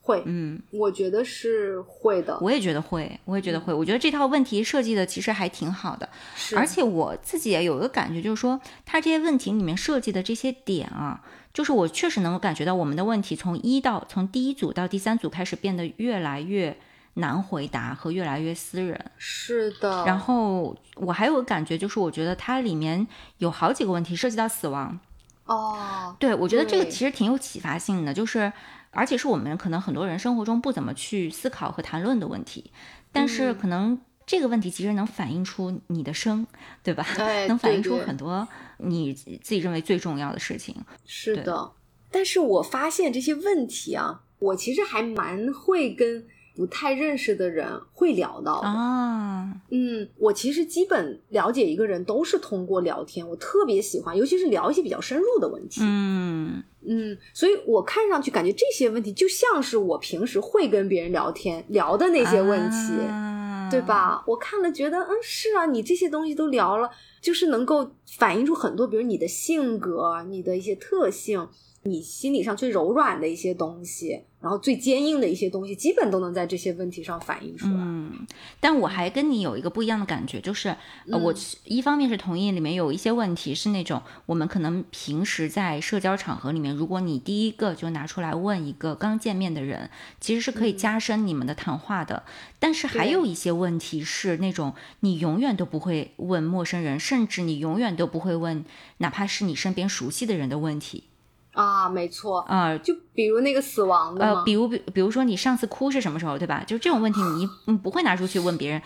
Speaker 2: 会，
Speaker 1: 嗯，
Speaker 2: 我觉得是会的，
Speaker 1: 我也觉得会，我也觉得会。我觉得这套问题设计的其实还挺好的，
Speaker 2: 是
Speaker 1: 而且我自己也有一个感觉，就是说它这些问题里面设计的这些点啊，就是我确实能够感觉到我们的问题从一到从第一组到第三组开始变得越来越难回答和越来越私人。
Speaker 2: 是的，
Speaker 1: 然后我还有个感觉，就是我觉得它里面有好几个问题涉及到死亡，
Speaker 2: 哦，
Speaker 1: 对，我觉得这个
Speaker 2: 对
Speaker 1: 其实挺有启发性的，就是而且是我们可能很多人生活中不怎么去思考和谈论的问题，但是
Speaker 2: 嗯
Speaker 1: 可能这个问题其实能反映出你的生，对 吧？
Speaker 2: 哎
Speaker 1: 能反
Speaker 2: 对
Speaker 1: 映出
Speaker 2: 对
Speaker 1: 很多你自己认为最重要的事情。
Speaker 2: 是
Speaker 1: 对
Speaker 2: 的，但是我发现这些问题啊，我其实还蛮会跟不太认识的人会聊到的。
Speaker 1: 啊，
Speaker 2: 嗯，我其实基本了解一个人都是通过聊天，我特别喜欢，尤其是聊一些比较深入的问题。
Speaker 1: 嗯，
Speaker 2: 嗯所以我看上去感觉这些问题就像是我平时会跟别人聊天聊的那些问题。
Speaker 1: 啊
Speaker 2: 对？吧？我看了觉得，嗯，是啊，你这些东西都聊了，就是能够反映出很多，比如你的性格、啊你的一些特性、你心理上最柔软的一些东西，然后最坚硬的一些东西，基本都能在这些问题上反映出来。
Speaker 1: 嗯，但我还跟你有一个不一样的感觉，就是、呃、
Speaker 2: 嗯
Speaker 1: 我是一方面是同意里面有一些问题是那种我们可能平时在社交场合里面，如果你第一个就拿出来问一个刚见面的人，其实是可以
Speaker 2: 嗯
Speaker 1: 加深你们的谈话的。但是还
Speaker 2: 对
Speaker 1: 有一些问题是那种你永远都不会问陌生人，甚至你永远都不会问，哪怕是你身边熟悉的人的问题
Speaker 2: 啊，没错，
Speaker 1: 啊、
Speaker 2: 就比如那个死亡的
Speaker 1: 呃，
Speaker 2: 嘛，
Speaker 1: 比如比比如说你上次哭是什么时候，对吧？就这种问题你，你不会拿出去问别人，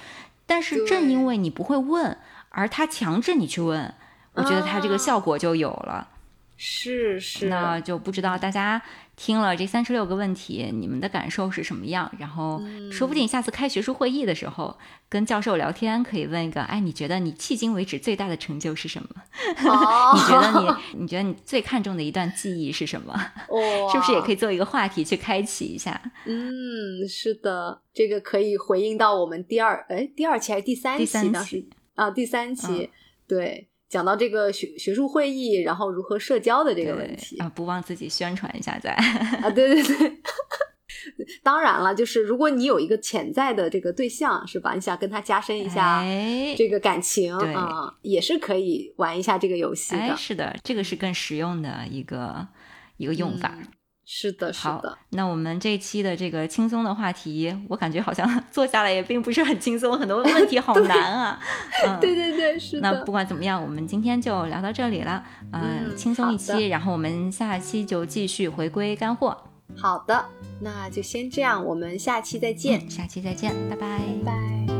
Speaker 1: 但是正因
Speaker 2: 对
Speaker 1: 为你不会问，而他强制你去问，我觉得他这个
Speaker 2: 啊
Speaker 1: 效果就有了。
Speaker 2: 是是，
Speaker 1: 那就不知道大家听了这三十六个问题，你们的感受是什么样？然后
Speaker 2: 嗯
Speaker 1: 说不定下次开学术会议的时候，跟教授聊天可以问一个，哎，你觉得你迄今为止最大的成就是什么？
Speaker 2: 哦
Speaker 1: 你觉得 你你觉得你最看重的一段记忆是什么？
Speaker 2: 哇
Speaker 1: 是不是也可以做一个话题去开启一下？
Speaker 2: 嗯，是的，这个可以回应到我们第二哎第二期还是第三
Speaker 1: 第
Speaker 2: 期
Speaker 1: 三嗯
Speaker 2: 当时
Speaker 1: 期。
Speaker 2: 啊第三期、对。讲到这个学学术会议，然后如何社交的这个问题
Speaker 1: 啊、不忘自己宣传一下 再。
Speaker 2: 啊，对对对。 当然了，就是如果你有一个潜在的这个对象，是吧？你想跟他加深一下
Speaker 1: 哎，
Speaker 2: 这个感情
Speaker 1: 对
Speaker 2: 啊、也是可以玩一下这个游戏的。
Speaker 1: 哎，是的，这个是更实用的一个一个用法。
Speaker 2: 嗯是的，是
Speaker 1: 好
Speaker 2: 的，，
Speaker 1: 那我们这期的这个轻松的话题，我感觉好像 做下来也并不是很轻松，很多问题好难啊。嗯、
Speaker 2: 对对对，是
Speaker 1: 那
Speaker 2: 的
Speaker 1: 不。管怎么样，我们今天就聊到这里了，呃、
Speaker 2: 嗯
Speaker 1: 轻松一
Speaker 2: 好
Speaker 1: 期，
Speaker 2: 的
Speaker 1: 然后我们下期就继续回归干货。
Speaker 2: 好的，那就先这样，我们下期再见，
Speaker 1: 嗯嗯下期再见，拜拜
Speaker 2: 拜拜。